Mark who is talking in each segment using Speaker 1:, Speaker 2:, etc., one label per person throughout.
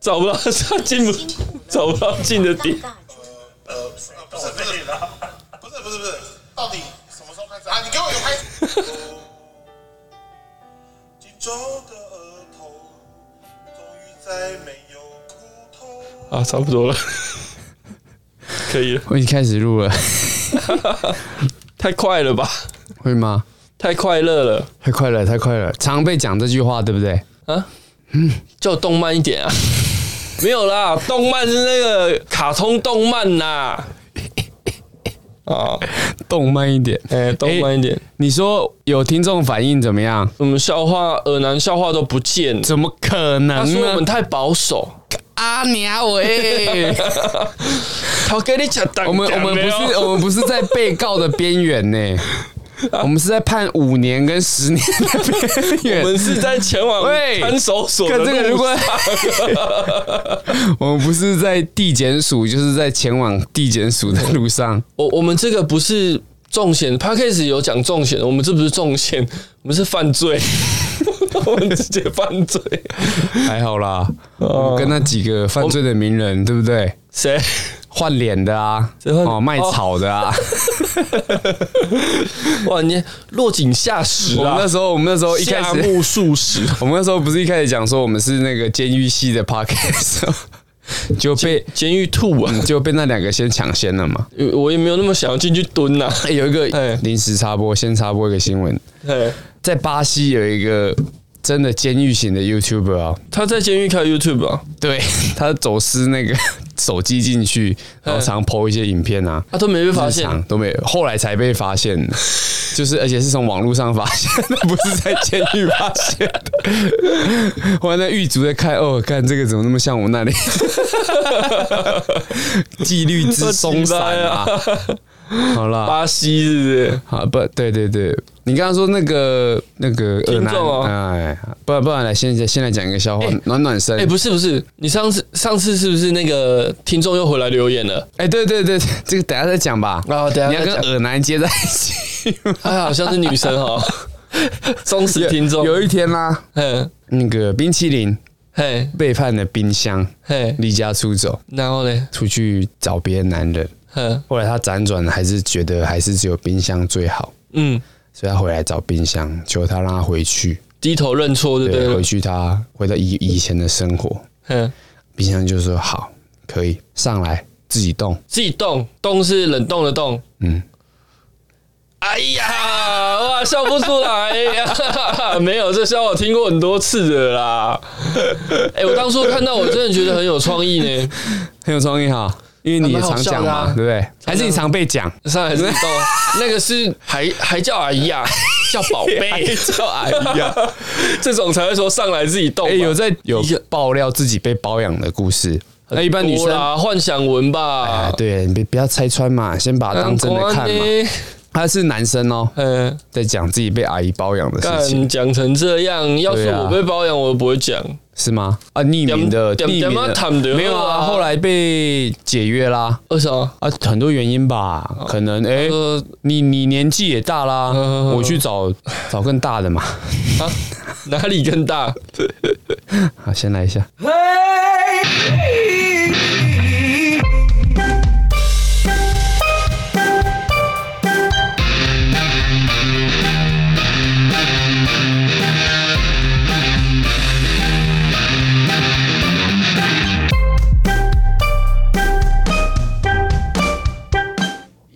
Speaker 1: 找不到他进不找不到进的点，
Speaker 2: 呃，不是不是不是不是不是不是，到底什么时候开始啊？你给我有开始。金州的额头，终于再没有苦痛。
Speaker 1: 啊，差不多了，可以了，
Speaker 3: 我已经开始录了，
Speaker 1: 太快了吧，
Speaker 3: 会吗？
Speaker 1: 太快乐了
Speaker 3: 太快了，太快了，常被讲这句话，对不对？
Speaker 1: 啊！就动漫一点啊，没有啦，动漫是那个卡通动漫呐，啊，
Speaker 3: 动漫一点，
Speaker 1: 哎、动漫一点，
Speaker 3: 你说有听众反应怎么样？
Speaker 1: 我们笑话耳南笑话都不见了，
Speaker 3: 怎么可
Speaker 1: 他
Speaker 3: 能
Speaker 1: 说我们
Speaker 3: 呢？
Speaker 1: 太保守，
Speaker 3: 阿娘喂，
Speaker 1: 他跟你讲，
Speaker 3: 我们我们不是我们不是在被告的边缘 呢，我们是在判五年跟十年的边
Speaker 1: 我们
Speaker 3: 缘。
Speaker 1: 是在前往
Speaker 3: 喂
Speaker 1: 看守所的
Speaker 3: 看这个
Speaker 1: 路
Speaker 3: 如果
Speaker 1: 上。
Speaker 3: 我们不是在地检署，就是在前往地检署的路上。
Speaker 1: 我我们这个不是重险 p a c k a g e 有讲重险，我们这不是重险， 我们是犯罪， 我们直接犯罪。
Speaker 3: 还好啦，我们跟那几个犯罪的名人，对不对？
Speaker 1: 谁？
Speaker 3: 换脸的啊，
Speaker 1: 换脸
Speaker 3: 哦，卖草的啊。
Speaker 1: 哇，你落井下石
Speaker 3: 我们那
Speaker 1: 啊！
Speaker 3: 时候，我们那时候一开
Speaker 1: 下
Speaker 3: 始，
Speaker 1: 目数 十，
Speaker 3: 我们那时候不是一开始讲说我们是那个监狱系的 podcast，吗 就被嗯
Speaker 1: 监狱兔啊！
Speaker 3: 就被那两个先抢先了嘛。
Speaker 1: 我也没有那么想要进去蹲呐、啊。
Speaker 3: 哎有一
Speaker 1: 哎
Speaker 3: 个临时插播，先插播一个新闻，
Speaker 1: 哎，
Speaker 3: 在巴西有一个真的监狱型的 YouTuber 啊，
Speaker 1: 他在监狱开 YouTube 啊，
Speaker 3: 对 他走私那个手机进去，然后常 PO 一些影片啊，
Speaker 1: 他都没被发
Speaker 3: 日
Speaker 1: 现。
Speaker 3: 常都没有，后来才被发现 的，就是而且是从网络上发现 的，不是在监狱发现的。后来那狱卒在看，哦，看这个怎么那么像我那里？ 纪律之松散 啊！好啦，
Speaker 1: 巴西是不是？
Speaker 3: 好不，对对对，你刚刚说那个那个
Speaker 1: 听众哦
Speaker 3: 哎，不然不然来，现在现在讲一个笑话，暖暖身。
Speaker 1: 哎、
Speaker 3: 哎、
Speaker 1: 不是不是，你上次上次是不是那个听众又回来留言了？
Speaker 3: 哎对对对，这个等一下再讲吧。
Speaker 1: 啊等一下
Speaker 3: 你要
Speaker 1: 再
Speaker 3: 跟
Speaker 1: 讲
Speaker 3: 耳男接在一起吗。
Speaker 1: 她好像是女生 哦，忠实听众。
Speaker 3: 有一天啦、
Speaker 1: 嗯，
Speaker 3: 那个冰淇淋
Speaker 1: 嘿，
Speaker 3: 背叛了冰箱，
Speaker 1: 嘿，
Speaker 3: 离家出走，
Speaker 1: 然后嘞，
Speaker 3: 出去找别的男人。
Speaker 1: 嗯
Speaker 3: 后来他辗转还是觉得还是只有冰箱最好，
Speaker 1: 嗯，
Speaker 3: 所以他回来找冰箱，求他让他回去，
Speaker 1: 低头认错就对
Speaker 3: 对，
Speaker 1: 了
Speaker 3: 回。去他回到以以前的生活。
Speaker 1: 嗯，
Speaker 3: 冰箱就说好，可以上来自己动，
Speaker 1: 自己动，动是冷冻的冻。
Speaker 3: 嗯，
Speaker 1: 哎呀，哇，笑不出来哎呀！ 没有，这笑我听过很多次的啦。哎、我当初看到，我真的觉得很有创意呢。
Speaker 3: 很有创意哈，因为你也
Speaker 1: 还蛮好
Speaker 3: 常讲嘛，
Speaker 1: 笑的啊
Speaker 3: 对不对？还是你常被讲，
Speaker 1: 上海自己动，那个是还还叫阿姨啊，叫宝 贝，叫阿姨啊， 这种才会说上来自己动
Speaker 3: 哎、
Speaker 1: 吧。
Speaker 3: 有在有爆料自己被包养的故事，那一般女
Speaker 1: 多
Speaker 3: 生。
Speaker 1: 啦，幻想文
Speaker 3: 哎
Speaker 1: 吧，，哎
Speaker 3: 对，你别不要拆穿嘛，先把它当真的看嘛。
Speaker 1: 难怪呢。
Speaker 3: 他是男生哦，
Speaker 1: 嗯，
Speaker 3: 在讲自己被阿姨包养的事情，
Speaker 1: 干讲成这样，要是
Speaker 3: 对啊
Speaker 1: 我被包养，我也不会讲。
Speaker 3: 是吗？啊，匿名的，
Speaker 1: 点
Speaker 3: 匿
Speaker 1: 点
Speaker 3: 名
Speaker 1: 点啊坦
Speaker 3: 的，
Speaker 1: 的
Speaker 3: 没有
Speaker 1: 啊
Speaker 3: 啊，后来被解约啦。
Speaker 1: 为什 么？
Speaker 3: 啊，很多原因吧，可能哎、
Speaker 1: 呃，
Speaker 3: 你你年纪也大啦，
Speaker 1: 嗯
Speaker 3: 我去找找更大的嘛。
Speaker 1: 啊，哪里更大？
Speaker 3: 好，先来一下，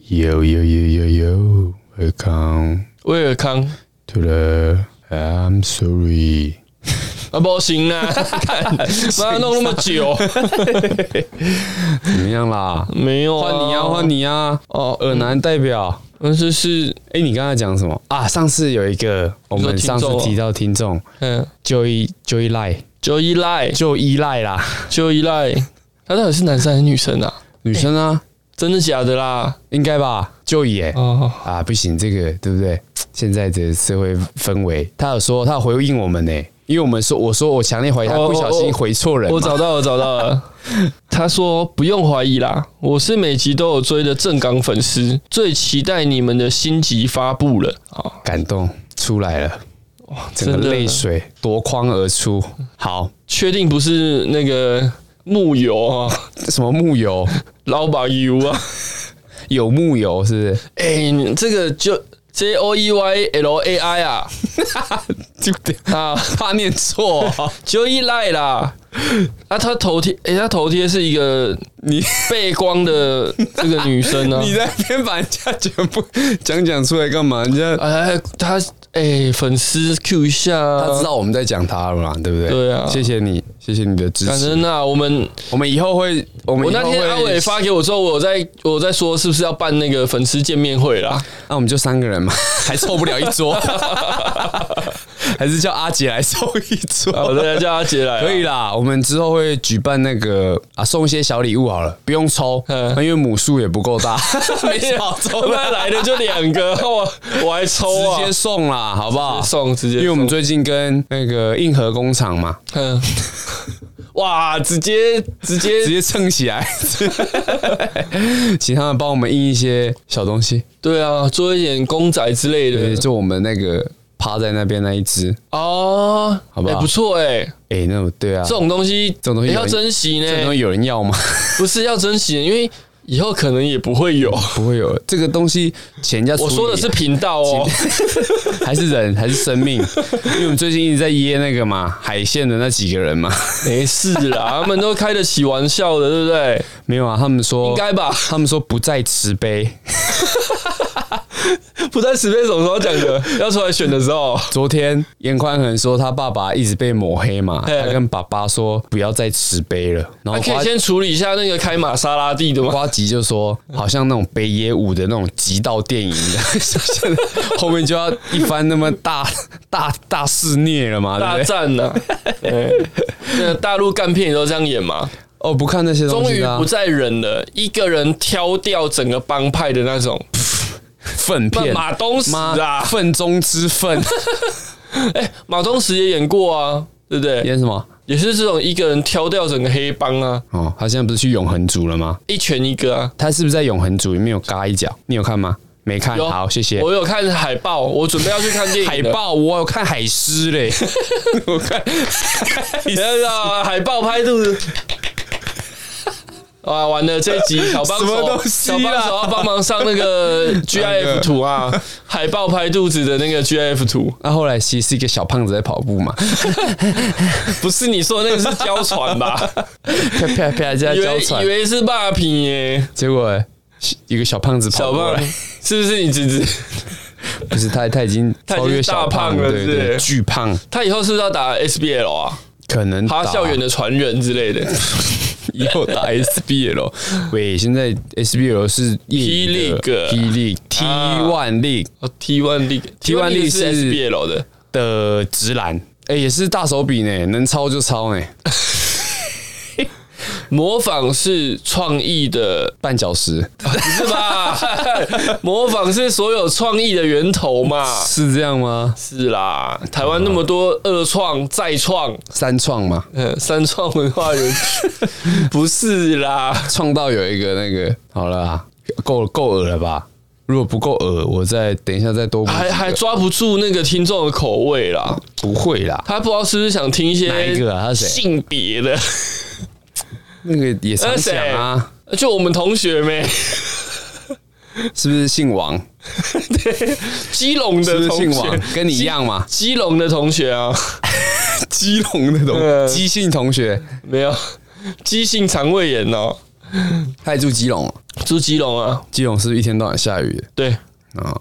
Speaker 3: 有有有有有，Welcome
Speaker 1: 威尔康
Speaker 3: to the uh, I'm sorry。
Speaker 1: 啊，不行啊，看妈弄那么久，
Speaker 3: 怎么样啦？
Speaker 1: 没有
Speaker 3: 换你啊，换
Speaker 1: 你，
Speaker 3: 你啊！哦，尔男代表。
Speaker 1: 嗯，这是
Speaker 3: 哎、你刚才讲什么啊？上次有一个我们
Speaker 1: 听众
Speaker 3: 上
Speaker 1: 哦
Speaker 3: 次提到听众
Speaker 1: 嗯，
Speaker 3: 就依就依赖
Speaker 1: 就依赖，
Speaker 3: 就依赖啦，
Speaker 1: 就依赖，他到底是男生还是女生啊？
Speaker 3: 女生啊，
Speaker 1: 真的假的啦？
Speaker 3: 应该吧？就也、
Speaker 1: 哦，
Speaker 3: 啊，不行，这个对不对？现在的社会氛围，他有说他有回应我们呢、因为我们说我说我强烈怀疑他
Speaker 1: 哦
Speaker 3: 不小心回错人嘛
Speaker 1: 我找 到了，找到了。他说不用怀疑啦，我是每集都有追的正港粉丝，最期待你们的新集发布了。好，啊
Speaker 3: 感动出来了，哇，整个
Speaker 1: 真的
Speaker 3: 泪水夺眶而出。好，
Speaker 1: 确定不是那个木油啊，
Speaker 3: 什么木油？
Speaker 1: 老板油 啊？
Speaker 3: 有木油是
Speaker 1: 哎、你这个就 J O E Y L A I 啊
Speaker 3: 不是？就 点
Speaker 1: 啊
Speaker 3: 怕念错、
Speaker 1: ，Joey Lai 啦。啊，他头贴，哎、他头贴是一个
Speaker 3: 你
Speaker 1: 背光 的这个女生啊。
Speaker 3: 你在边把人家全部 讲讲出来干嘛？人家、
Speaker 1: 哎，他哎、粉丝 Q 一下啊，
Speaker 3: 他知道我们在讲他了嘛，对不对？
Speaker 1: 对啊
Speaker 3: 谢谢你，谢谢你的支
Speaker 1: 感
Speaker 3: 持。
Speaker 1: 恩啊，我们
Speaker 3: 我们以后会，我们
Speaker 1: 我
Speaker 3: 以
Speaker 1: 那
Speaker 3: 后会
Speaker 1: 天阿伟发，给我之后，我在我在说是不是要办那个粉丝见面会啦？
Speaker 3: 那、我们就三个 人嘛，还凑不了一桌， 还是叫阿杰来凑一桌。
Speaker 1: 啊，我大家叫他姐来啊，
Speaker 3: 可以啦，我们之后会举办那个啊，送一些小礼物好了，不用抽，
Speaker 1: 嗯
Speaker 3: 因为母数也不够 大， 没什么好抽
Speaker 1: 本
Speaker 3: 的，
Speaker 1: 来来的就两个，我我还抽啊，
Speaker 3: 直接送啦，好不好？
Speaker 1: 送直接，
Speaker 3: 因为我们最近跟那个硬核工 厂嘛，
Speaker 1: 嗯，哇，直接直接
Speaker 3: 直接蹭起来， 请他们帮我们印一些小东西，
Speaker 1: 对啊，做一点公仔之类
Speaker 3: 对，
Speaker 1: 的
Speaker 3: 就我们那个趴在那边那一只，
Speaker 1: 哦，
Speaker 3: 好不好
Speaker 1: 哎不错哎，
Speaker 3: 哎、那我对啊，
Speaker 1: 这种东西这
Speaker 3: 种东西有
Speaker 1: 要
Speaker 3: 人
Speaker 1: 珍惜
Speaker 3: 这种东
Speaker 1: 呢，
Speaker 3: 西有人 要吗？
Speaker 1: 不是要珍惜，因为以后可能也不会有。
Speaker 3: 不会有，这个东西钱人家
Speaker 1: 我
Speaker 3: 处
Speaker 1: 说的
Speaker 3: 理
Speaker 1: 是 频道哦，
Speaker 3: 还是人还是生命？因为我们最近一直在噎那个嘛海鲜的那几个人嘛，
Speaker 1: 没事啦，他们都开得起玩笑的，对不对？
Speaker 3: 没有啊，他们说
Speaker 1: 应该吧？
Speaker 3: 他们说不再慈悲。
Speaker 1: 不在慈悲什么时候讲的？ 要出来选的时候，
Speaker 3: 昨天严宽恒说他爸爸一直被抹黑嘛，
Speaker 1: 嘿
Speaker 3: 他跟爸爸说不要再慈悲了，然后
Speaker 1: 啊还可以
Speaker 3: 花。
Speaker 1: 先处理一下那个开玛莎拉蒂 的吗？
Speaker 3: 瓜吉就说，好像那种北野武的那种极道电影 一样，现在后面就要一番那么大大大肆虐了嘛，对
Speaker 1: 大
Speaker 3: 不对？
Speaker 1: 战呢、对，那大陆干片也都这样演嘛。
Speaker 3: 哦，不看那些东
Speaker 1: 终
Speaker 3: 西
Speaker 1: 于
Speaker 3: 啦、啊
Speaker 1: 不，再忍了，一个人挑掉整个帮派的那种，
Speaker 3: 粪
Speaker 1: 不
Speaker 3: 片，
Speaker 1: 马东石
Speaker 3: 妈
Speaker 1: 啊，
Speaker 3: 粪中之 粪，
Speaker 1: 马东石也演过啊，对不对？
Speaker 3: 演什么？
Speaker 1: 也是这种一个人挑掉整个黑帮啊，
Speaker 3: 哦，他现在不是去永恒族了吗？
Speaker 1: 一拳一个啊。
Speaker 3: 他是不是在永恒族里面有嘎一脚？你有看吗？没看，
Speaker 1: 有
Speaker 3: 好，谢谢。
Speaker 1: 我有看海报，我准备要去看电影
Speaker 3: 海
Speaker 1: 了。
Speaker 3: 报我有看海狮嘞，我看
Speaker 1: 那个哎海报拍肚子。 啊，完了！这一集小帮
Speaker 3: 什么
Speaker 1: 手，
Speaker 3: 东西
Speaker 1: 小
Speaker 3: 啦
Speaker 1: 帮手要帮忙上那个 GIF 图啊，海报拍肚子的那个 GIF 图，
Speaker 3: 那、后来其实是一个小胖子在 跑步嘛，
Speaker 1: 不是你说的那个是娇喘 吧？
Speaker 3: 啪啪啪在
Speaker 1: 以
Speaker 3: 交
Speaker 1: 为
Speaker 3: 喘
Speaker 1: 以，为是霸屏耶，
Speaker 3: 结果一个小胖子跑
Speaker 1: 小
Speaker 3: 过
Speaker 1: 胖
Speaker 3: 来，
Speaker 1: 是不是你侄子？
Speaker 3: 不是他，他已经
Speaker 1: 他已经
Speaker 3: 超越
Speaker 1: 大
Speaker 3: 小
Speaker 1: 胖了
Speaker 3: 对
Speaker 1: 是不是
Speaker 3: 对，巨胖，
Speaker 1: 他以后是不是要打 SBL 啊？
Speaker 3: 可能
Speaker 1: 他
Speaker 3: 打
Speaker 1: 校园的传人之类的，
Speaker 3: 以后打 SBL，喂，现在 SBL 是
Speaker 1: P
Speaker 3: 业余的
Speaker 1: League 啊
Speaker 3: P League T One League
Speaker 1: 哦，T One League，T
Speaker 3: T1 League
Speaker 1: 是
Speaker 3: 是
Speaker 1: SBL 的，
Speaker 3: 的直男，哎、也是大手笔呢，能抄就抄呢，
Speaker 1: 模仿是创意的
Speaker 3: 半小时
Speaker 1: 不是吧？ 模仿是所有创意的源头嘛？
Speaker 3: 是这样吗？
Speaker 1: 是啦，台湾那么多二创、再创、
Speaker 3: 三创嘛，
Speaker 1: 嗯，三创文化园区， 不是啦，
Speaker 3: 创到有一个那个好了啊，够够恶了吧？如果不够恶，我再等一下再多补几个
Speaker 1: 还还抓不住那个听众的口味啦。
Speaker 3: 不会啦，
Speaker 1: 他不知道是不是想听一些
Speaker 3: 哪一个啊他是谁
Speaker 1: 性别的，
Speaker 3: 那个也常讲啊，
Speaker 1: 就我们同学没
Speaker 3: 是不是姓王？
Speaker 1: 基隆
Speaker 3: 是不
Speaker 1: 的
Speaker 3: 是姓
Speaker 1: 同学
Speaker 3: 王，？跟你一样嘛？
Speaker 1: 基隆的同学啊，
Speaker 3: 基隆那
Speaker 1: 嗯
Speaker 3: 种基姓同学，
Speaker 1: 没有基性肠胃炎哦，
Speaker 3: 他也住基隆，
Speaker 1: 住基隆啊，
Speaker 3: 基隆是不是一天到晚下雨
Speaker 1: 对，
Speaker 3: 啊、哦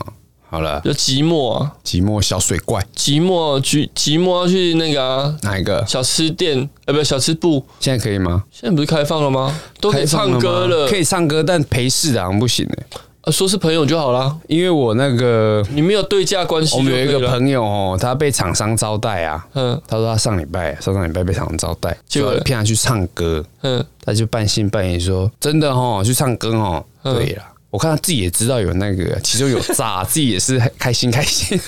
Speaker 3: 好了，
Speaker 1: 就寂寞啊。
Speaker 3: 寂寞小水怪
Speaker 1: 寂寞去寂寞要去那个、啊、
Speaker 3: 哪一个？
Speaker 1: 小吃店，呃，不小吃部，
Speaker 3: 现在可以吗？
Speaker 1: 现在不是开放了吗？都可以
Speaker 3: 开放
Speaker 1: 唱
Speaker 3: 吗
Speaker 1: 歌了，
Speaker 3: 可以唱歌，但陪侍的好像不行哎、
Speaker 1: 呃说是朋友就好啦。
Speaker 3: 因为我那个
Speaker 1: 你没有对价关系，
Speaker 3: 我们有一个，朋友哦，他被厂商招待啊，
Speaker 1: 嗯
Speaker 3: 他说他上礼拜上上礼拜被厂商招待，
Speaker 1: 结果
Speaker 3: 就骗他去唱歌，
Speaker 1: 嗯，
Speaker 3: 他就半信半疑说真的哦，去唱歌哦，
Speaker 1: 嗯
Speaker 3: 对啦。我看他自己也知道有那个，其中 有诈，自己也是开心开心。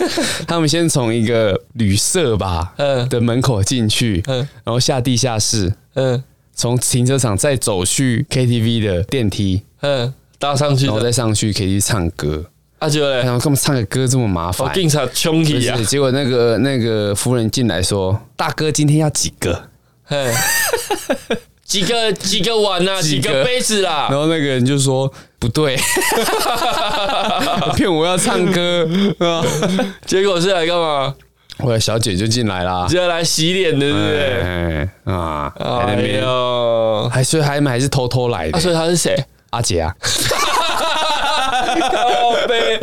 Speaker 3: 他们先从一个旅社吧，
Speaker 1: 嗯
Speaker 3: 的门口进去，
Speaker 1: 嗯
Speaker 3: 然后下地下室，
Speaker 1: 嗯
Speaker 3: 从停车场再走去 KTV 的电梯，
Speaker 1: 嗯，搭上去
Speaker 3: 然后
Speaker 1: 的，
Speaker 3: 再上去 KTV 唱歌。
Speaker 1: 啊，就嘞
Speaker 3: 然，后干嘛唱个歌这么麻烦
Speaker 1: 我？警察冲
Speaker 3: 不
Speaker 1: 你啊
Speaker 3: 是，！结果那个那个夫人进来说：“大哥，今天要几个
Speaker 1: 嘿几个几个碗啊， 几
Speaker 3: 几个
Speaker 1: 个杯子？”啦
Speaker 3: 然，后那个人就说：“不对， 骗我要唱 歌。啊
Speaker 1: 结果是来干嘛？”
Speaker 3: 后来小姐就进来啦，
Speaker 1: 是要来洗脸的，对不对？
Speaker 3: 哎啊，还在那
Speaker 1: 哎
Speaker 3: 边
Speaker 1: 呦，
Speaker 3: 还所以他们还是偷偷来
Speaker 1: 啊，
Speaker 3: 的。
Speaker 1: 所以他是 谁？
Speaker 3: 阿姐 啊，
Speaker 1: 靠
Speaker 3: 哦
Speaker 1: 背，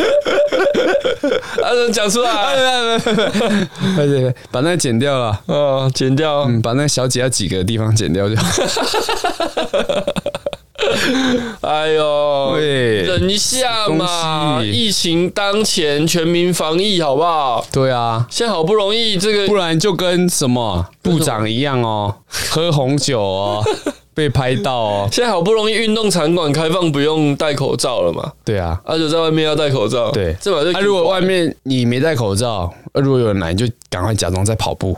Speaker 1: 啊，怎么讲出
Speaker 3: 哎
Speaker 1: 来？
Speaker 3: 对对对，把那个剪掉了，
Speaker 1: 嗯，剪掉。
Speaker 3: 嗯，把那个小姐要几个地方剪 掉就好。
Speaker 1: 哎呦，
Speaker 3: 对
Speaker 1: 忍一下嘛！
Speaker 3: 东西
Speaker 1: 疫情当前，全民防疫，好不好？
Speaker 3: 对啊，
Speaker 1: 现在好不容易这个
Speaker 3: 不然就跟什么部长一样哦，喝红 酒哦，被拍到哦。
Speaker 1: 现在好不容易运动场馆开放，不用戴口罩了嘛？
Speaker 3: 对啊，
Speaker 1: 而、啊、且在外面要戴口罩，
Speaker 3: 对，
Speaker 1: 这把就、
Speaker 3: 啊，如果外面你没戴口罩，啊如果有人来，你就赶快假装在跑步，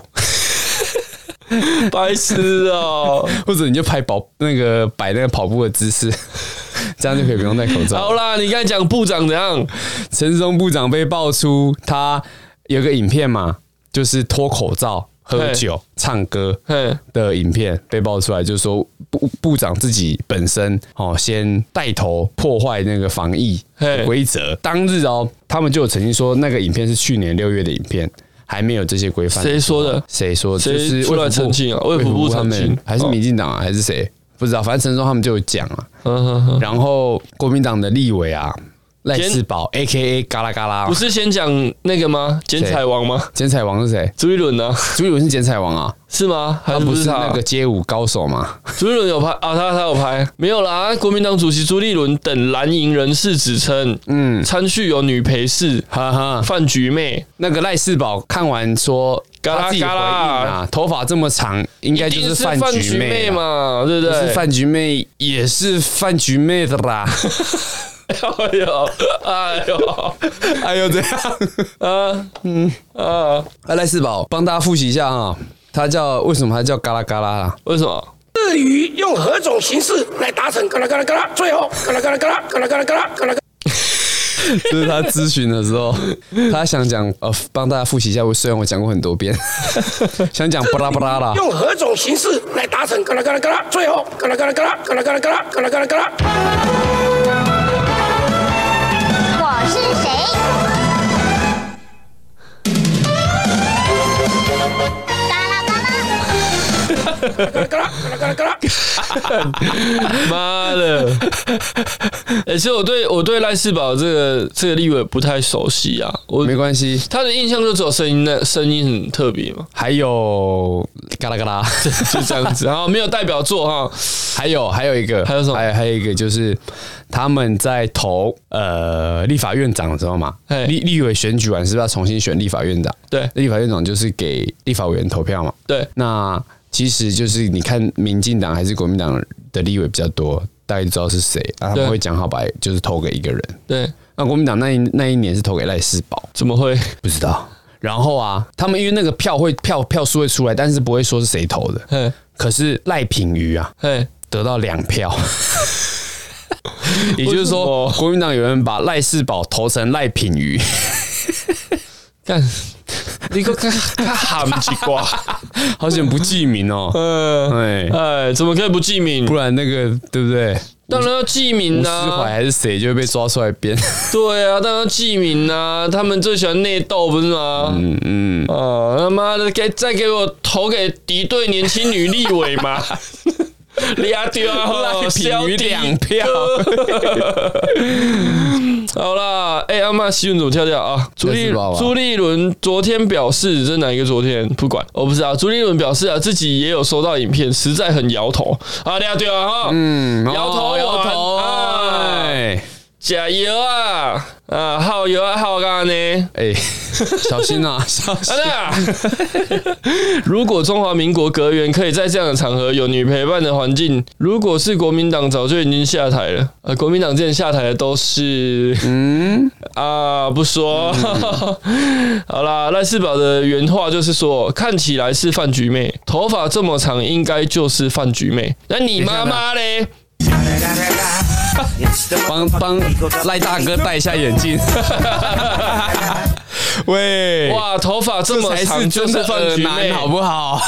Speaker 1: 白痴 哦、
Speaker 3: 或者你就拍跑那个摆那个跑步的姿势， 这样就可以不用戴口罩
Speaker 1: 好。啦，你刚才讲部长怎样？
Speaker 3: 陈时中部长被爆出他有个影片嘛，就是脱口罩、喝酒、唱歌
Speaker 1: 嘿，
Speaker 3: 的影片被爆出来，就是说部部长自己本身哦，先带头破坏那个防疫
Speaker 1: 嘿
Speaker 3: 规则。当日哦，他们就有曾经说那个影片是去年六月的影片。还没有这些规范，
Speaker 1: 谁说的？
Speaker 3: 谁说的？
Speaker 1: 谁
Speaker 3: 就是
Speaker 1: 出来
Speaker 3: 卫福部
Speaker 1: 澄清啊卫福部
Speaker 3: 他
Speaker 1: 澄
Speaker 3: 们
Speaker 1: 清
Speaker 3: 还是
Speaker 1: 哦
Speaker 3: 民进党啊，还是谁？不知道，反正陈时中他们就有讲啊。
Speaker 1: 嗯哼哼，
Speaker 3: 然后国民党的立委啊，赖
Speaker 1: 简
Speaker 3: 世宝 A K A 嘎啦嘎啦啊
Speaker 1: 不，是先讲那个吗？剪彩王吗？
Speaker 3: 剪彩王是谁？
Speaker 1: 朱一伦呢、啊？
Speaker 3: 朱一伦是剪彩王啊，
Speaker 1: 是吗？还
Speaker 3: 他
Speaker 1: 是
Speaker 3: 不
Speaker 1: 不是
Speaker 3: 是
Speaker 1: 他？
Speaker 3: 那个街舞高手吗？
Speaker 1: 朱一伦有拍啊，他他有拍，没有啦。国民党主席朱立伦等蓝营人士指称，嗯，参叙有女陪侍、
Speaker 3: 哈哈，
Speaker 1: 饭局妹，
Speaker 3: 那个赖世宝看完说，
Speaker 1: 嘎啦
Speaker 3: 他自己
Speaker 1: 嘎
Speaker 3: 回应
Speaker 1: 啦
Speaker 3: 啊，头发这么长，应该就
Speaker 1: 一定
Speaker 3: 饭
Speaker 1: 饭
Speaker 3: 局
Speaker 1: 局妹
Speaker 3: 妹嘛。
Speaker 1: 嘛，对不
Speaker 3: 不是
Speaker 1: 对？
Speaker 3: 饭局妹，也是饭局妹的 啦。
Speaker 1: 哎呦，哎呦，
Speaker 3: 哎呦，这样？
Speaker 1: 啊，嗯啊，
Speaker 3: 啊，赖世宝帮大家复习一下啊，他叫为什么他叫嘎啦嘎啦啊 啦？
Speaker 1: 为什么？
Speaker 4: 至于用何种形式来达成，嘎啦嘎啦嘎啦，最后嘎啦嘎啦嘎啦，嘎啦嘎啦嘎啦，嘎啦。
Speaker 3: 这是他咨询的时候，他想讲呃，帮大家复习一下。我虽然我讲过很多遍， 想讲巴拉巴拉啦。
Speaker 4: 用何种形式来达成，嘎啦嘎啦嘎啦，最后嘎啦嘎啦嘎啦，嘎啦嘎啦嘎啦，嘎啦嘎啦嘎啦。
Speaker 5: 我是谁？嘎啦嘎啦，
Speaker 1: 妈 的！哎、其实我对我对赖世宝这个这个立委不太熟悉啊，我
Speaker 3: 没关系，
Speaker 1: 他的印象就只有声音，那声音很特别嘛，
Speaker 3: 还有嘎啦嘎啦，
Speaker 1: 就这样子，然后没有代表作哈。
Speaker 3: 还有还有一个，
Speaker 1: 还有什么
Speaker 3: 还有还有一个就是他们在投呃立法院长的时候嘛，
Speaker 1: 嘿
Speaker 3: 立立委选举完是不是要重新选立法院长？
Speaker 1: 对
Speaker 3: 立法院长就是给立法委员投票嘛。
Speaker 1: 对，
Speaker 3: 那其实就是你看民进党还是国民党的立委比较多，大概就知道是谁啊，他
Speaker 1: 对
Speaker 3: 们会讲好白，就是投给一个人。
Speaker 1: 对，
Speaker 3: 那国民党那一那一年是投给赖世宝，
Speaker 1: 怎么会？
Speaker 3: 不知道。然后啊，他们因为那个票会票票数会出来，但是不会说是谁投的。
Speaker 1: 嘿，
Speaker 3: 可是赖品瑜啊，
Speaker 1: 嘿，
Speaker 3: 得到两票， 也就是说
Speaker 1: 为什么，
Speaker 3: 国民党有人把赖世宝投成赖品瑜，
Speaker 1: 干，你给我看，看喊几瓜？
Speaker 3: 好险不记名哦。
Speaker 1: 嗯，
Speaker 3: 哎，
Speaker 1: 哎，怎么可以不记名
Speaker 3: 不？然那个对不对？
Speaker 1: 当然要记
Speaker 3: 吴
Speaker 1: 名
Speaker 3: 思
Speaker 1: 呐、
Speaker 3: 怀还是谁就会被抓出来编。
Speaker 1: 对啊，当然要记名呐、他们最喜欢内斗，不是吗？嗯嗯。哦，他妈的，给再给我投给敌对年轻女立委 嘛！俩丢啊，
Speaker 3: 赖
Speaker 1: 小
Speaker 3: 品瑜
Speaker 1: 弟
Speaker 3: 两票，
Speaker 1: 好啦，哎、阿妈西文怎么跳掉啊？朱立
Speaker 3: 这是爸爸
Speaker 1: 朱立伦昨天表示，这是哪一个昨天？不管，我不知道。朱立伦表示啊，自己也有收到影片，实在很摇头啊，俩丢啊哈，嗯，摇头
Speaker 3: 哦摇
Speaker 1: 摇
Speaker 3: 头，
Speaker 1: 头啊，
Speaker 3: 哎
Speaker 1: 加油啊啊，好油啊好干呢。
Speaker 3: 哎，小心啊，小心！
Speaker 1: 啊！ 如果中华民国阁员可以在这样的场合有女陪伴的环境，如果是国民党早就已经下台了。呃，国民党之前下台的都是，嗯 啊，不说。
Speaker 3: 嗯
Speaker 1: 好啦，赖世宝的原话就是说，看起来是饭局妹，头发
Speaker 3: 哎
Speaker 1: 这么长，应该就是饭局妹。那你妈妈嘞？
Speaker 3: 帮帮赖大哥戴一下眼镜。 喂，
Speaker 1: 哇，头发这么
Speaker 3: 才是
Speaker 1: 长就是
Speaker 3: 真的
Speaker 1: 饭
Speaker 3: 耳
Speaker 1: 局啊
Speaker 3: 男，
Speaker 1: 妹，
Speaker 3: 好不好？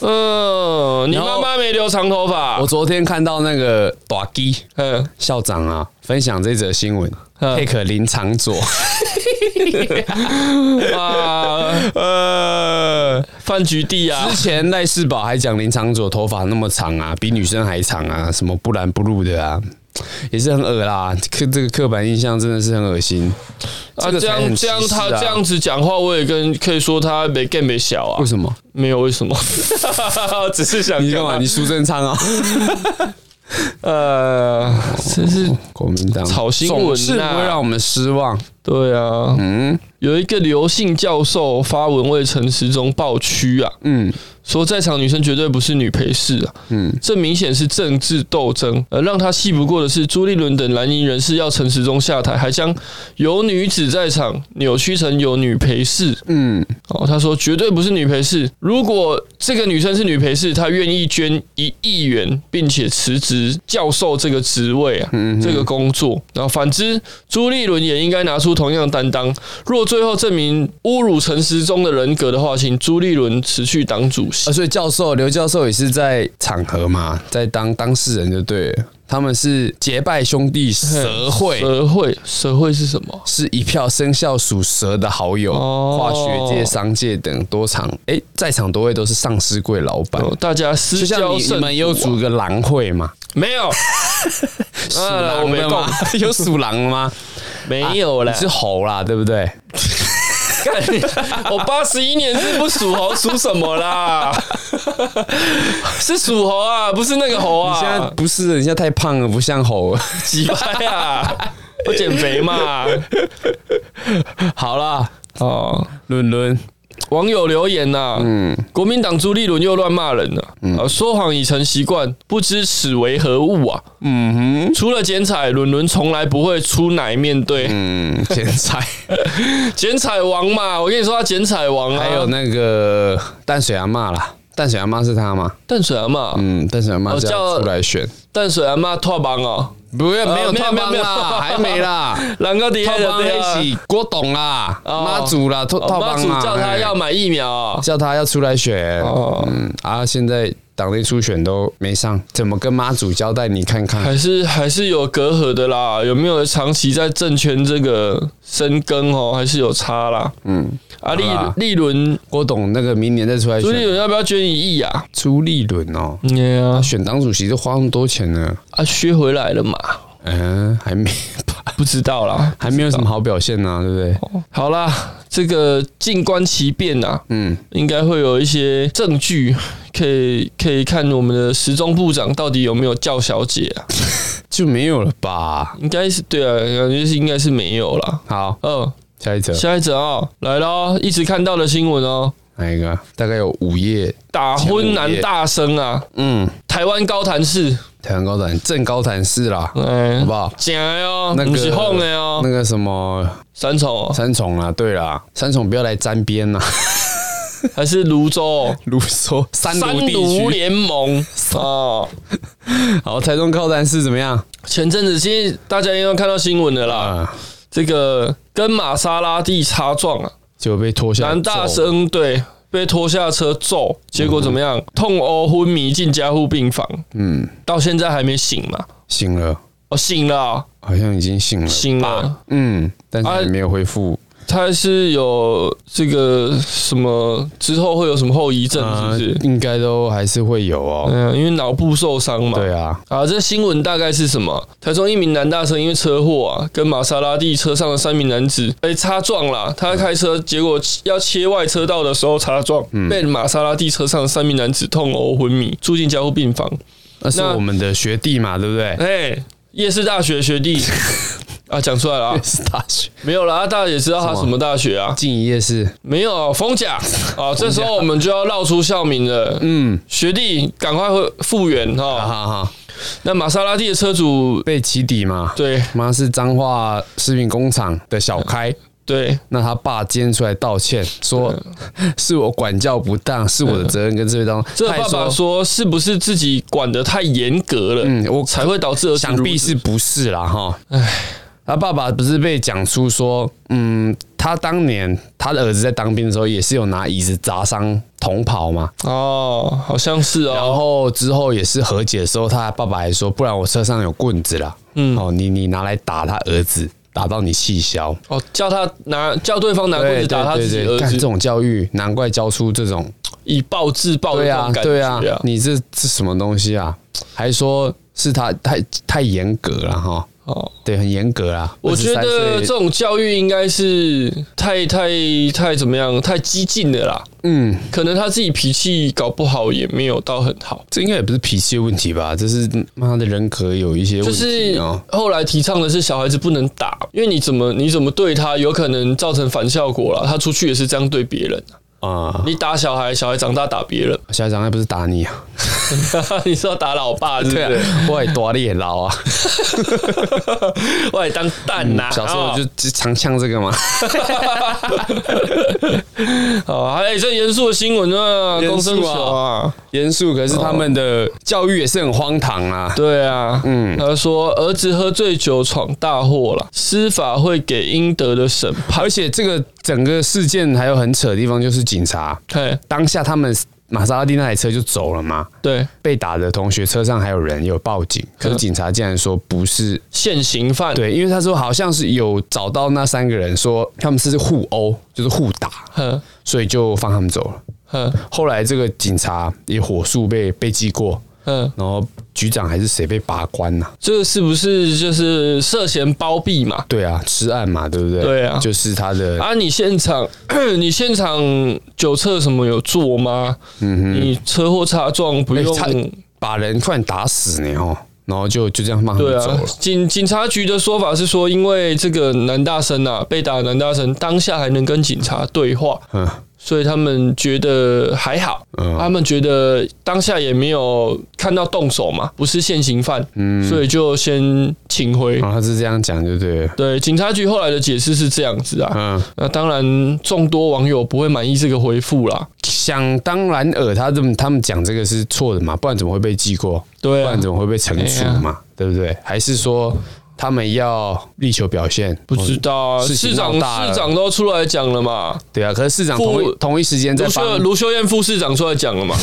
Speaker 1: 嗯，你
Speaker 3: 然
Speaker 1: 妈
Speaker 3: 后
Speaker 1: 妈没留长头发
Speaker 3: 我，昨天看到那个短基
Speaker 1: 嗯，
Speaker 3: 校长啊，分享这则新闻
Speaker 1: 嗯
Speaker 3: ，take 林长佐，
Speaker 1: 哇，
Speaker 3: 呃，
Speaker 1: 饭局地啊
Speaker 3: 之，前赖世宝还讲林长佐头发那么长啊， 比女生还长啊，什么不蓝不绿的啊，也是很恶啦。刻这个刻板印象真的是很恶心。
Speaker 1: 啊，
Speaker 3: 个
Speaker 1: 这
Speaker 3: 才
Speaker 1: 样
Speaker 3: 很
Speaker 1: 这样
Speaker 3: 歧视
Speaker 1: 他
Speaker 3: 啊
Speaker 1: 这样子讲话，我也跟可以说他没 g a 没小啊
Speaker 3: 为，什么？
Speaker 1: 没有为什 么，只是想
Speaker 3: 你干
Speaker 1: 讲
Speaker 3: 嘛？
Speaker 1: 啊
Speaker 3: 你苏贞昌啊？
Speaker 1: 呃，真是
Speaker 3: 国民党
Speaker 1: 炒新闻啊
Speaker 3: 总是不会让我们失望。
Speaker 1: 对啊，
Speaker 3: 嗯
Speaker 1: 有一个刘姓教授发文为陈时中抱屈啊，
Speaker 3: 嗯，
Speaker 1: 说在场女生绝对不是女陪侍啊，嗯，这明显是政治斗争。呃，让他气不过的是，朱立伦等蓝营人士要陈时中下台，还将有女子在场扭曲成有女陪侍。嗯，哦，他说绝对不是女陪侍。如果这个女生是女陪侍，她愿意捐一亿元，并且辞职教授这个职位啊，这个工作。然后反之，朱立伦也应该拿出同样的担当。若最后证明侮辱陈时中的人格的话，请朱立伦辞去党主席
Speaker 3: 啊，。所以教授刘教授也是在场合嘛，在当当事人就对了。他们是结拜兄弟蛇会，
Speaker 1: 蛇会，蛇会是什么？
Speaker 3: 是一票生肖属蛇的好友，
Speaker 1: 哦
Speaker 3: 跨学界、商界等多场，哎、在场多位都是上市柜老板。
Speaker 1: 哦大家私
Speaker 3: 就像
Speaker 1: 交
Speaker 3: 你
Speaker 1: 甚
Speaker 3: 你们有
Speaker 1: 笃啊
Speaker 3: 组一个狼会嘛？
Speaker 1: 没 有？
Speaker 3: 属
Speaker 1: 啊我
Speaker 3: 狼
Speaker 1: 没
Speaker 3: 的吗？哦 有属狼的吗？
Speaker 1: 没有啦
Speaker 3: 你是猴啦，对不对？
Speaker 1: 干 我八十一年是不属猴，属什么啦？ 是属猴啊，不是那个猴
Speaker 3: 你现在
Speaker 1: 啊。
Speaker 3: 不是，你现在太胖了，不像猴了。
Speaker 1: 几拍 啊？我减肥嘛。
Speaker 3: 好啦，
Speaker 1: 哦，
Speaker 3: 伦伦，
Speaker 1: 网友留言呐、嗯，国民党朱立伦又乱骂人了、啊，说谎已成习惯，不知此为何物啊。嗯哼，除了剪彩，伦伦从来不会出奶面对。
Speaker 3: 嗯，剪彩，
Speaker 1: 剪彩王嘛，我跟你说他剪彩王啊，
Speaker 3: 还有那个淡水阿嬷啦，淡水阿嬷是他吗？
Speaker 1: 淡水阿妈，
Speaker 3: 嗯，淡水阿
Speaker 1: 哦
Speaker 3: 嬷是
Speaker 1: 叫
Speaker 3: 要出来选，
Speaker 1: 淡水阿妈拓榜哦，
Speaker 3: 不要没有
Speaker 1: 没有
Speaker 3: 套
Speaker 1: 没有
Speaker 3: 帮
Speaker 1: 没有
Speaker 3: 啦，还没啦，
Speaker 1: 两个底
Speaker 3: 套
Speaker 1: 下的
Speaker 3: 帮
Speaker 1: 对啊
Speaker 3: 在一起，郭董啦，
Speaker 1: 哦
Speaker 3: 妈祖啦，套
Speaker 1: 哦
Speaker 3: 套
Speaker 1: 妈
Speaker 3: 帮
Speaker 1: 祖
Speaker 3: 啦，
Speaker 1: 叫他
Speaker 3: 哎
Speaker 1: 要买疫苗哦，
Speaker 3: 叫他要出来选，
Speaker 1: 哦
Speaker 3: 嗯啊，现在党内初选都没上，怎么跟妈祖交代？你看看，
Speaker 1: 还是还是有隔阂的啦，有没有长期在政圈这个深耕哦，还是有差啦。嗯，啊利
Speaker 3: 好啦
Speaker 1: 利伦
Speaker 3: 郭董那个明年再出来
Speaker 1: 朱立
Speaker 3: 选，
Speaker 1: 伦要不要捐一亿啊？
Speaker 3: 朱立伦哦，
Speaker 1: 对啊，
Speaker 3: 选党主席都花那么多钱呢，
Speaker 1: 啊削回来了嘛，
Speaker 3: 嗯，还没吧，
Speaker 1: 不知道哦啦。
Speaker 3: 还没有什么好表现呢，对不对？
Speaker 1: 好啦，这个静观其变啊呐、
Speaker 3: 嗯，
Speaker 1: 应该会有一些证据可以可以看我们的时钟部长到底有没有叫小姐啊？
Speaker 3: 就没有了吧？
Speaker 1: 应该是对啊，感觉是应该是没有啦。
Speaker 3: 好，
Speaker 1: 嗯，
Speaker 3: 下一则
Speaker 1: 下一则哦，来喽，一直看到的新闻哦，
Speaker 3: 哪一个？大概有五页，
Speaker 1: 打昏男大生啊，
Speaker 3: 嗯，
Speaker 1: 台湾高谈市，
Speaker 3: 台湾高谈正高谈市啦，
Speaker 1: 哎，
Speaker 3: 好不好？
Speaker 1: 假的哦，
Speaker 3: 那
Speaker 1: 不
Speaker 3: 个
Speaker 1: 是哄的哦
Speaker 3: 那，个什么
Speaker 1: 三重哦，
Speaker 3: 三重啊，对啦，三重不要来沾边呐，
Speaker 1: 还是泸州哦，
Speaker 3: 卢说 三
Speaker 1: 三
Speaker 3: 卢地
Speaker 1: 卢
Speaker 3: 区。
Speaker 1: 联盟哦。
Speaker 3: 好，台中高谈市怎么样？
Speaker 1: 前阵子其实大家应该看到新闻的啦，
Speaker 3: 啊，
Speaker 1: 这个跟玛莎拉蒂擦撞啊，
Speaker 3: 就被拖下来
Speaker 1: 男大
Speaker 3: 揍
Speaker 1: 生对被拖下车揍，结果怎么样？痛殴昏迷进加护病房，嗯，到现在还没醒嘛？
Speaker 3: 醒了，
Speaker 1: 哦，醒了啊，
Speaker 3: 好像已经醒了，
Speaker 1: 醒了，
Speaker 3: 嗯，但是
Speaker 1: 啊
Speaker 3: 还没有恢复，
Speaker 1: 他是有这个什么之后会有什么后遗症，是不
Speaker 3: 啊
Speaker 1: 是？
Speaker 3: 应该都还是会有哦。
Speaker 1: 嗯，因为脑部受伤嘛。
Speaker 3: 对啊，
Speaker 1: 啊，这新闻大概是什么？台中一名男大生因为车祸啊，跟玛莎拉蒂车上的三名男子被擦撞啦。他开车，结果要切外车道的时候擦撞，被玛莎拉蒂车上的三名男子痛殴昏迷，住进加护病房。
Speaker 3: 那是
Speaker 1: 那
Speaker 3: 我们的学弟嘛，对不对？
Speaker 1: 哎，夜市大学学 弟啊，讲出来了、啊，
Speaker 3: 是大学
Speaker 1: 没有啦，啊大家也知道他什么大学啊？
Speaker 3: 静怡夜市，
Speaker 1: 没有啊，冯甲啊，这时候我们就要绕出校名了。嗯，学弟，赶快回复原啊哈、
Speaker 3: 哈哈哈，
Speaker 1: 那玛莎拉蒂的车主
Speaker 3: 被起底嘛，
Speaker 1: 对
Speaker 3: 妈是彰化食品工厂的小开，
Speaker 1: 对，
Speaker 3: 那他爸今天出来道歉，说 是我管教不当，是我的责任跟这位当中。
Speaker 1: 这个
Speaker 3: 他也
Speaker 1: 爸爸说是不是自己管得太严格了，
Speaker 3: 嗯我
Speaker 1: 才会导致儿子
Speaker 3: 想必
Speaker 1: 如此
Speaker 3: 是不是啦哈？唉，他爸爸不是被讲出说，嗯，他当年他的儿子在当兵的时候也是有拿椅子砸伤同袍嘛，
Speaker 1: 哦，好像是
Speaker 3: 然
Speaker 1: 哦，
Speaker 3: 后之后也是和解的时候，他爸爸还说，不然我车上有棍子啦，嗯，哦，你你拿来打他儿子，打到你气消。
Speaker 1: 哦，叫他拿叫对方拿棍子打他自己
Speaker 3: 对对对
Speaker 1: 儿
Speaker 3: 干这
Speaker 1: 子，
Speaker 3: 种教育，难怪教出这种
Speaker 1: 以暴制暴的
Speaker 3: 对
Speaker 1: 这
Speaker 3: 啊
Speaker 1: 种感
Speaker 3: 对
Speaker 1: 觉
Speaker 3: 啊，你这这什么东西啊？还说是他太太严格了哈，
Speaker 1: 哦，
Speaker 3: 对，很严格啦。
Speaker 1: 我觉得
Speaker 3: 23岁
Speaker 1: 这种教育应该是太太太怎么样，太激进的啦。
Speaker 3: 嗯，
Speaker 1: 可能他自己脾气搞不好，也没有到很好。
Speaker 3: 这应该也不是脾气的问题吧？这是妈的人格有一些
Speaker 1: 就
Speaker 3: 问
Speaker 1: 是
Speaker 3: 题哦。
Speaker 1: 后来提倡的是小孩子不能打，因为你怎么你怎么对他，有可能造成反效果啦。他出去也是这样对别人，
Speaker 3: 啊，
Speaker 1: 你打小孩，小孩长大打别人，
Speaker 3: 校长还不是打你啊？
Speaker 1: 你是要打老爸是不
Speaker 3: 对
Speaker 1: 是？
Speaker 3: 啊，我也打你也老 啊。
Speaker 1: 喂，当蛋呐、
Speaker 3: 嗯小时候 我就就常呛这个嘛。
Speaker 1: 哦，还、有这严肃的新闻啊，
Speaker 3: 严肃啊
Speaker 1: 公生球啊，
Speaker 3: 严肃，可是他们的教育也是很荒唐啊。
Speaker 1: 对啊，嗯，
Speaker 3: 嗯
Speaker 1: 他说儿子喝醉酒闯大祸了，司法会给应得的审判，
Speaker 3: 而且这个整个事件还有很扯的地方，就是警察
Speaker 1: 嘿，
Speaker 3: 当下他们玛莎拉蒂那台车就走了嘛。
Speaker 1: 对，
Speaker 3: 被打的同学车上还有人有报警，
Speaker 1: 嗯
Speaker 3: 可是警察竟然说不是，
Speaker 1: 现行犯，
Speaker 3: 对，因为他说好像是有找到那三个人，说他们是互殴，就是互打，
Speaker 1: 哼，
Speaker 3: 所以就放他们走了。
Speaker 1: 哼
Speaker 3: 后来这个警察也火速被被记过，
Speaker 1: 哼，
Speaker 3: 然后局长还是谁被拔官呐、
Speaker 1: 这个是不是就是涉嫌包庇嘛？
Speaker 3: 对啊，吃案嘛，对不对？
Speaker 1: 对啊
Speaker 3: 就是他的，
Speaker 1: 啊，你现场 你现场酒测什么有做吗？你车祸擦撞不
Speaker 3: 嗯哎
Speaker 1: 用。
Speaker 3: 差把人快点打死呢哦，然后就就这样放他
Speaker 1: 对
Speaker 3: 们走
Speaker 1: 啊
Speaker 3: 了。，
Speaker 1: 警警察局的说法是说，因为这个男大生啊，被打的男大生当下还能跟警察对啊话，
Speaker 3: 嗯，
Speaker 1: 所以他们觉得还好，
Speaker 3: 嗯
Speaker 1: 他们觉得当下也没有看到动手嘛，不是现行犯，
Speaker 3: 嗯
Speaker 1: 所以就先请回。
Speaker 3: 然后他是这样讲，就对了。
Speaker 1: 对，警察局后来的解释是这样子啊，
Speaker 3: 嗯，
Speaker 1: 那当然众多网友不会满意这个回复啦，
Speaker 3: 想当然尔，他这么他们讲这个是错的嘛，不然怎么会被记过？
Speaker 1: 对啊
Speaker 3: 不然怎么会被惩处
Speaker 1: 哎
Speaker 3: 嘛？对不对？还是说他们要力求表现？
Speaker 1: 不知道啊，
Speaker 3: 哦事情
Speaker 1: 市长
Speaker 3: 闹大了
Speaker 1: 市长都出来讲了嘛，
Speaker 3: 对啊，可是市长
Speaker 1: 不
Speaker 3: 同一同一时间在
Speaker 1: 卢秀
Speaker 3: 帮
Speaker 1: 卢秀燕副市长出来讲了嘛，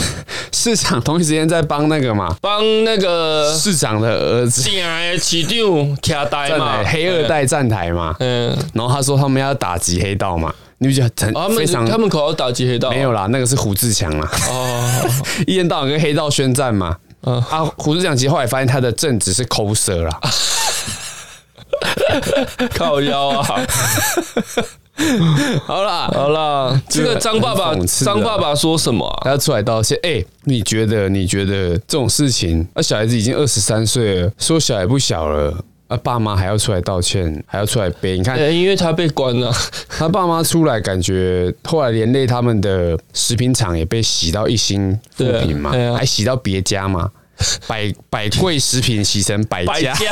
Speaker 3: 市长同一时间在帮那个嘛
Speaker 1: 帮那个
Speaker 3: 市长的儿子
Speaker 1: 正的市长徛台
Speaker 3: 站
Speaker 1: 嘛
Speaker 3: 台，黑二代站台嘛，
Speaker 1: 嗯，
Speaker 3: 然后他说他们要打击黑道嘛，你不觉得
Speaker 1: 哦他
Speaker 3: 很非
Speaker 1: 们
Speaker 3: 常
Speaker 1: 他们口号打击黑道啊
Speaker 3: 没有啦？那个是胡志强啦，
Speaker 1: 哦，
Speaker 3: 一天到晚跟黑道宣战嘛。
Speaker 1: 嗯啊
Speaker 3: 啊，胡志强其实后来发现他的正职是抠舌啦，
Speaker 1: 靠腰 啊，
Speaker 3: 好啦，
Speaker 1: 好啦，这
Speaker 3: 这个
Speaker 1: 个张爸爸
Speaker 3: 很讽刺啊
Speaker 1: 张爸爸说什么啊？
Speaker 3: 他要出来道歉。哎、你觉得？你觉得这种事情，那、小孩子已经二十三岁了，说小也不小了，啊，爸妈还要出来道歉，还要出来背。你看、
Speaker 1: 呃因为他被关了，
Speaker 3: 他爸妈出来，感觉后来连累他们的食品厂也被洗到一星负评嘛，
Speaker 1: 对啊对啊
Speaker 3: 还洗到别家嘛。百百贵食品洗成百
Speaker 1: 百
Speaker 3: 家，
Speaker 1: 家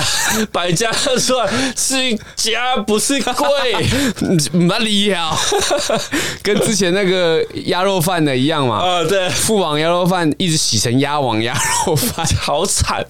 Speaker 1: 百家出来是家不是贵，
Speaker 3: 哪里呀？ 跟之前那个鸭肉饭的一样嘛，
Speaker 1: 啊，对。
Speaker 3: 父王鸭肉饭一直洗成鸭王鸭肉饭，
Speaker 1: 好惨！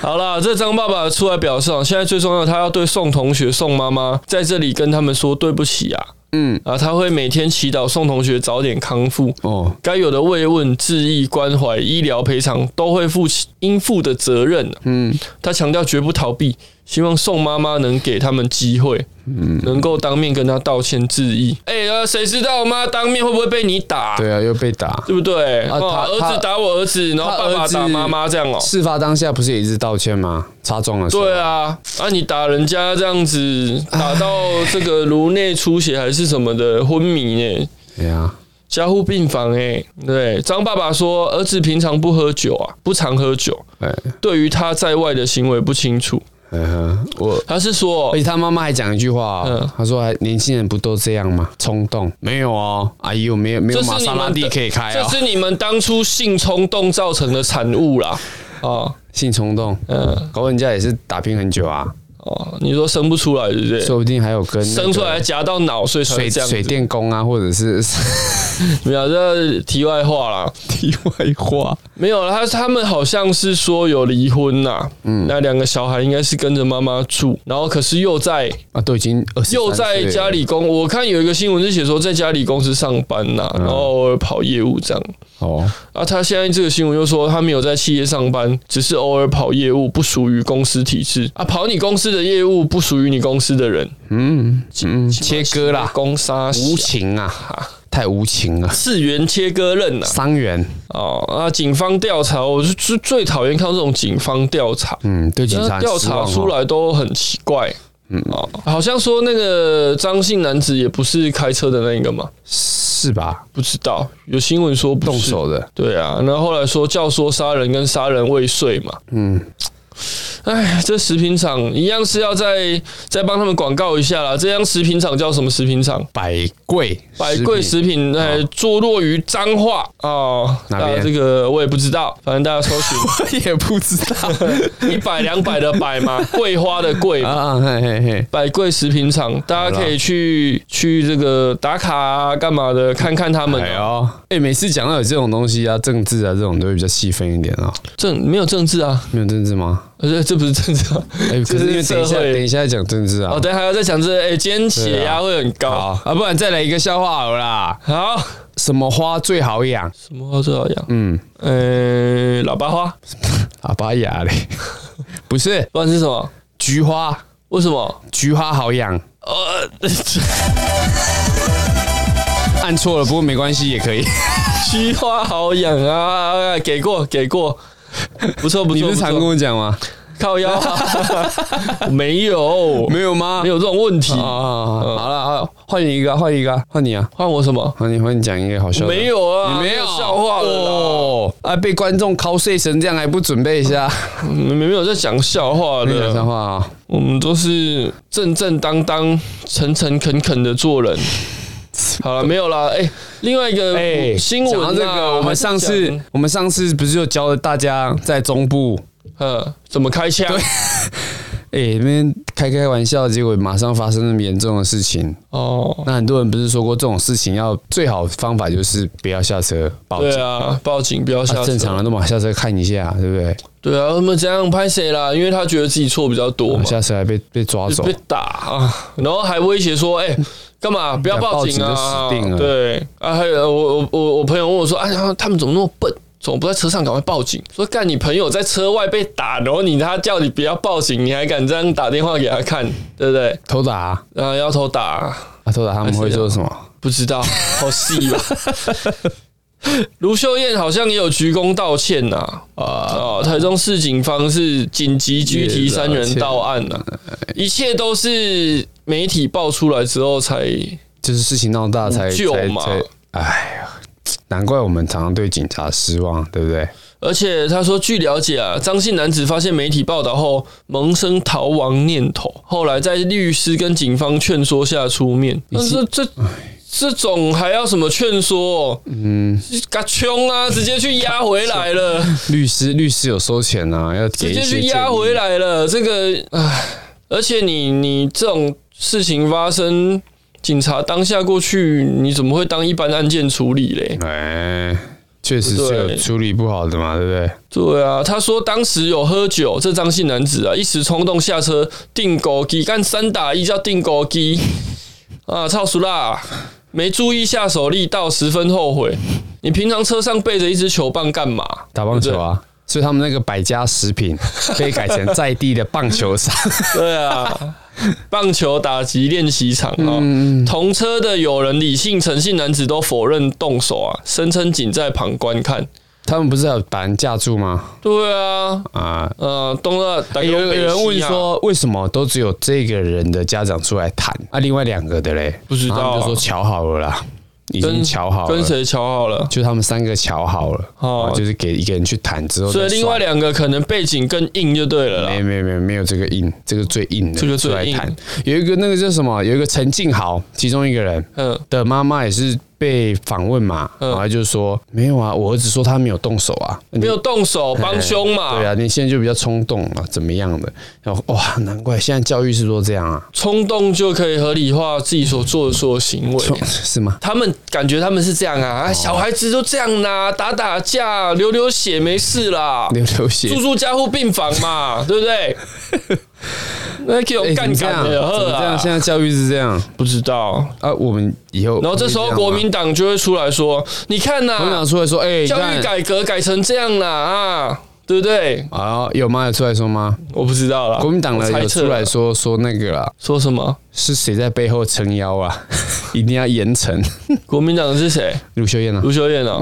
Speaker 1: 好啦，这张爸爸出来表示啊，现在最重要，他要对宋同学、宋妈妈在这里跟他们说对不起啊。嗯啊，他会每天祈祷宋同学早点康复。
Speaker 3: 哦，
Speaker 1: 该有的慰问、致意、关怀、医疗赔偿都会负起应负的责任、嗯，他强调绝不逃避，希望宋妈妈能给他们机会，嗯，能够当面跟他道歉致意。哎、呃谁知道妈当面会不会被你打？
Speaker 3: 对啊，又被打。
Speaker 1: 对不对？
Speaker 3: 啊
Speaker 1: 哦
Speaker 3: 他
Speaker 1: 儿
Speaker 3: 他
Speaker 1: 子打我儿子，然后爸爸打妈妈这样哦。
Speaker 3: 事发当下不是也一直道歉吗？擦撞了，
Speaker 1: 对，啊，啊你打人家这样子，打到这个颅内出血还是什么的，昏迷呢、
Speaker 3: 对啊，
Speaker 1: 加护病房哎、对，张爸爸说儿子平常不喝酒啊，不常喝酒，
Speaker 3: 哎，
Speaker 1: 对于他在外的行为不清楚。
Speaker 3: 嗯哼，我。
Speaker 1: 他是说
Speaker 3: 而且他妈妈还讲一句
Speaker 1: 哦
Speaker 3: 话、
Speaker 1: 嗯
Speaker 3: 哦，他说：“还年轻人不都这样吗？冲动没有哦，阿姨我没有没有
Speaker 1: 这
Speaker 3: 玛
Speaker 1: 是你
Speaker 3: 莎拉
Speaker 1: 们
Speaker 3: 蒂
Speaker 1: 的
Speaker 3: 可以开
Speaker 1: 这
Speaker 3: 哦，
Speaker 1: 是你们当初性冲动造成的产物啦。哦，
Speaker 3: 性冲动，
Speaker 1: 嗯
Speaker 3: 搞人家也是打拼很久啊，
Speaker 1: 哦，你说生不出来对不对？
Speaker 3: 说不定还有跟那个
Speaker 1: 生出来夹到脑，所以才会
Speaker 3: 水
Speaker 1: 这样子
Speaker 3: 水电工啊，或者是
Speaker 1: 没有，这题外话啦，
Speaker 3: 题外话，
Speaker 1: 没有啦，他他们好像是说有离婚呐，嗯，那两个小孩应该是跟着妈妈住，然后可是又在
Speaker 3: 啊，都已经二十，
Speaker 1: 又在家里公，我看有一个新闻是写说在家里公司上班呐、
Speaker 3: 嗯
Speaker 1: 然后偶尔跑业务这样。
Speaker 3: 哦，
Speaker 1: 啊，他现在这个新闻又说他没有在企业上班，只是偶尔跑业务，不属于公司体制啊，跑你公司的业务不属于你公司的人，
Speaker 3: 嗯，切割啦，
Speaker 1: 公杀小
Speaker 3: 无情啊，太无情了，
Speaker 1: 次元切割刃呐、
Speaker 3: 伤员，
Speaker 1: 哦啊，警方调查，我是最最讨厌看到这种警方调查，
Speaker 3: 嗯，对警察很
Speaker 1: 调
Speaker 3: 失
Speaker 1: 查
Speaker 3: 望哦
Speaker 1: 出，来都很奇怪。嗯哦，好像说那个张姓男子也不是开车的那个嘛，
Speaker 3: 是吧？
Speaker 1: 不知道有新闻说不
Speaker 3: 动
Speaker 1: 是，
Speaker 3: 手的，
Speaker 1: 对啊，然后后来说教唆杀人跟杀人未遂嘛，嗯，哎，这食品厂一样是要再再帮他们广告一下啦。这样食品厂叫什么食品厂？
Speaker 3: 百贵
Speaker 1: 百贵食品，哎，坐落于彰化哦，
Speaker 3: 哪边
Speaker 1: 啊这个我也不知道，反正大家搜 寻
Speaker 3: 品也不知道
Speaker 1: 一百两百的百 嘛，桂花的桂嘛。
Speaker 3: 啊，嘿嘿嘿，
Speaker 1: 百贵食品厂，大家可以去去这个打卡啊，干嘛的，看看他们
Speaker 3: 哎
Speaker 1: 啊、
Speaker 3: 呦，哎，每次讲到有这种东西啊，政治啊这种都会比较细分一点啊，
Speaker 1: 政没有政治啊，
Speaker 3: 没有政治吗？
Speaker 1: 呃，这这不是政治啊，
Speaker 3: 哎，可
Speaker 1: 这
Speaker 3: 是
Speaker 1: 是
Speaker 3: 因为等一下
Speaker 1: 社会
Speaker 3: 等一下讲政治啊
Speaker 1: 哦，，对，还要再讲这，哎、今天血压会很高。
Speaker 3: 好啊，不然再来一个笑话好了啦，
Speaker 1: 好，
Speaker 3: 什么花最好养？
Speaker 1: 什么花最好养？
Speaker 3: 嗯，
Speaker 1: 呃、喇叭花，
Speaker 3: 喇叭芽嘞，不是
Speaker 1: 不然是什么？
Speaker 3: 菊花，
Speaker 1: 为什么？
Speaker 3: 菊花好养。
Speaker 1: 呃，
Speaker 3: 按错了，不过没关系，也可以。
Speaker 1: 菊花好痒啊，给过，给过，不错不错，
Speaker 3: 你不是
Speaker 1: 错
Speaker 3: 常跟我讲吗？
Speaker 1: 靠腰、 啊？没有，
Speaker 3: 没有吗？
Speaker 1: 没有这种问题。
Speaker 3: 啊啊！啊好了，好了，换你一个，换你一个，换你啊！
Speaker 1: 换我什么？
Speaker 3: 换你，换你讲一个好笑的。
Speaker 1: 没有啊，
Speaker 3: 你没有
Speaker 1: 笑话了啦。
Speaker 3: 哦！啊，被观众敲碎成这样，还不准备 一下？
Speaker 1: 没没有在讲笑话
Speaker 3: 没有
Speaker 1: 的
Speaker 3: 笑，话啊！
Speaker 1: 我们都是正正当当、诚诚恳恳的做 人。好了，没有啦。哎、另外一个新闻、
Speaker 3: 哎讲
Speaker 1: 啊，
Speaker 3: 到这个，我们上次我们上次不是就教了大家在中部，
Speaker 1: 呃怎么开枪？
Speaker 3: 哎，那边开开玩笑，结果马上发生那么严重的事情。
Speaker 1: 哦，
Speaker 3: 那很多人不是说过这种事情要最好的方法就是不要下车报
Speaker 1: 对
Speaker 3: 警，
Speaker 1: 啊，报警不要下
Speaker 3: 啊
Speaker 1: 车
Speaker 3: 正常。人都往下车看一下，对不对？
Speaker 1: 对啊，他们这样拍谁啦？因为他觉得自己错比较多
Speaker 3: 我
Speaker 1: 嘛，
Speaker 3: 啊下次还被被抓
Speaker 1: 就
Speaker 3: 走
Speaker 1: 被，打 啊，然后还威胁说：“哎、干嘛不要报警
Speaker 3: 嗯报
Speaker 1: 啊？”
Speaker 3: 警就死定了
Speaker 1: 对啊，还有我我我我朋友问我说：“哎、呀，他们怎么那么笨？”怎么不在车上赶快报警？说干你朋友在车外被打，然后你他叫你不要报警，你还敢这样打电话给他看，对不对？
Speaker 3: 偷打啊，
Speaker 1: 然后要头打，
Speaker 3: 啊偷打他们会说什么？
Speaker 1: 不知道， 好细吧。卢秀燕好像也有鞠躬道歉呐、啊，台中市警方是紧急拘提三人到案呐、一切都是媒体爆出来之后才
Speaker 3: 就是事情闹大才
Speaker 1: 补救嘛
Speaker 3: 才，才哎呀，难怪我们常常对警察失望，对不对？
Speaker 1: 而且他说，据了解啊，张姓男子发现媒体报道后，萌生逃亡念头，后来在律师跟警方劝说下出面。但是这这种还要什么劝说？嗯，嘎穷啊，直接去押回来了，
Speaker 3: 律师律师有收钱啊，要给
Speaker 1: 直
Speaker 3: 一
Speaker 1: 接
Speaker 3: 些
Speaker 1: 去
Speaker 3: 建议
Speaker 1: 押回。来了。这个，唉，而且你你这种事情发生。警察当下过去，你怎么会当一般案件处理嘞？
Speaker 3: 哎，确实是
Speaker 1: 对
Speaker 3: 有处理不好的嘛，对不对？
Speaker 1: 对啊，他说当时有喝酒，这张姓男子啊，一时冲动下车定狗鸡，干三打一叫定狗鸡啊，操熟啦，没注意下手力道，十分后悔。你平常车上备着一支球棒干嘛？
Speaker 3: 打棒球啊，所以他们那个百家食品可以改成在地的棒球场。
Speaker 1: 对啊，棒球打击练习场啊、哦
Speaker 3: 嗯
Speaker 1: 同车的友人李姓、陈姓男子都否认动手啊，声称仅在旁观看。
Speaker 3: 他们不是有把人架住吗？
Speaker 1: 对啊，
Speaker 3: 啊、
Speaker 1: 呃，东二、打
Speaker 3: 有有
Speaker 1: 东北
Speaker 3: 人问
Speaker 1: 西啊
Speaker 3: 说，为什么都只有这个人的家长出来谈，啊，另外两个的嘞，
Speaker 1: 不知道啊
Speaker 3: 然后他们就说瞧好了啦，已经
Speaker 1: 跟
Speaker 3: 瞧好了，
Speaker 1: 跟？谁瞧好了？
Speaker 3: 就他们三个瞧好了，
Speaker 1: 哦
Speaker 3: 哦，就是给一个人去谈之后再
Speaker 1: 所
Speaker 3: 算，
Speaker 1: 以另外两个可能背景更硬就对了
Speaker 3: 没
Speaker 1: 啦。
Speaker 3: 有没有没有没有这个硬，这个最硬的，
Speaker 1: 这个最硬
Speaker 3: 出来谈有一个那个叫什么，有一个陈静豪，其中一个人
Speaker 1: 嗯
Speaker 3: 的妈妈也是被访问嘛，
Speaker 1: 嗯
Speaker 3: 然后他就说没有啊，我儿子说他没有动手啊，没
Speaker 1: 没有动手帮凶嘛？
Speaker 3: 对啊，你现在就比较冲动了，怎么样的？然后哇，难怪现在教育是说这样啊，
Speaker 1: 冲动就可以合理化自己所做的所有行为。
Speaker 3: 冲是吗？
Speaker 1: 他们感觉他们是这样啊，啊小孩子都这样啦、打打架、流流血没事啦，
Speaker 3: 流流血
Speaker 1: 住，住加护病房 嘛，对不对？那给我
Speaker 3: 哎，怎
Speaker 1: 干
Speaker 3: 么这
Speaker 1: 干
Speaker 3: 样？
Speaker 1: 的，
Speaker 3: 怎么
Speaker 1: 呵
Speaker 3: 这样？
Speaker 1: 啊
Speaker 3: 现在教育是这样
Speaker 1: 不知道。
Speaker 3: 啊？我们以后
Speaker 1: 然后这时候国民党就会出来说：“你看呐、
Speaker 3: 国民党出来说，哎，
Speaker 1: 教
Speaker 3: 你
Speaker 1: 育
Speaker 3: 看
Speaker 1: 改革改成这样啦啊，对不对？
Speaker 3: 啊，有吗？有出来说吗？
Speaker 1: 我不知道啦。
Speaker 3: 国民党
Speaker 1: 啊我
Speaker 3: 呢
Speaker 1: 猜
Speaker 3: 有
Speaker 1: 测
Speaker 3: 出
Speaker 1: 啦
Speaker 3: 来说说那个啦，
Speaker 1: 说什么？
Speaker 3: 是谁在背后撑腰啊？ 一定要严惩
Speaker 1: 国民党是谁？
Speaker 3: 卢秀燕啊
Speaker 1: 卢！秀燕啊、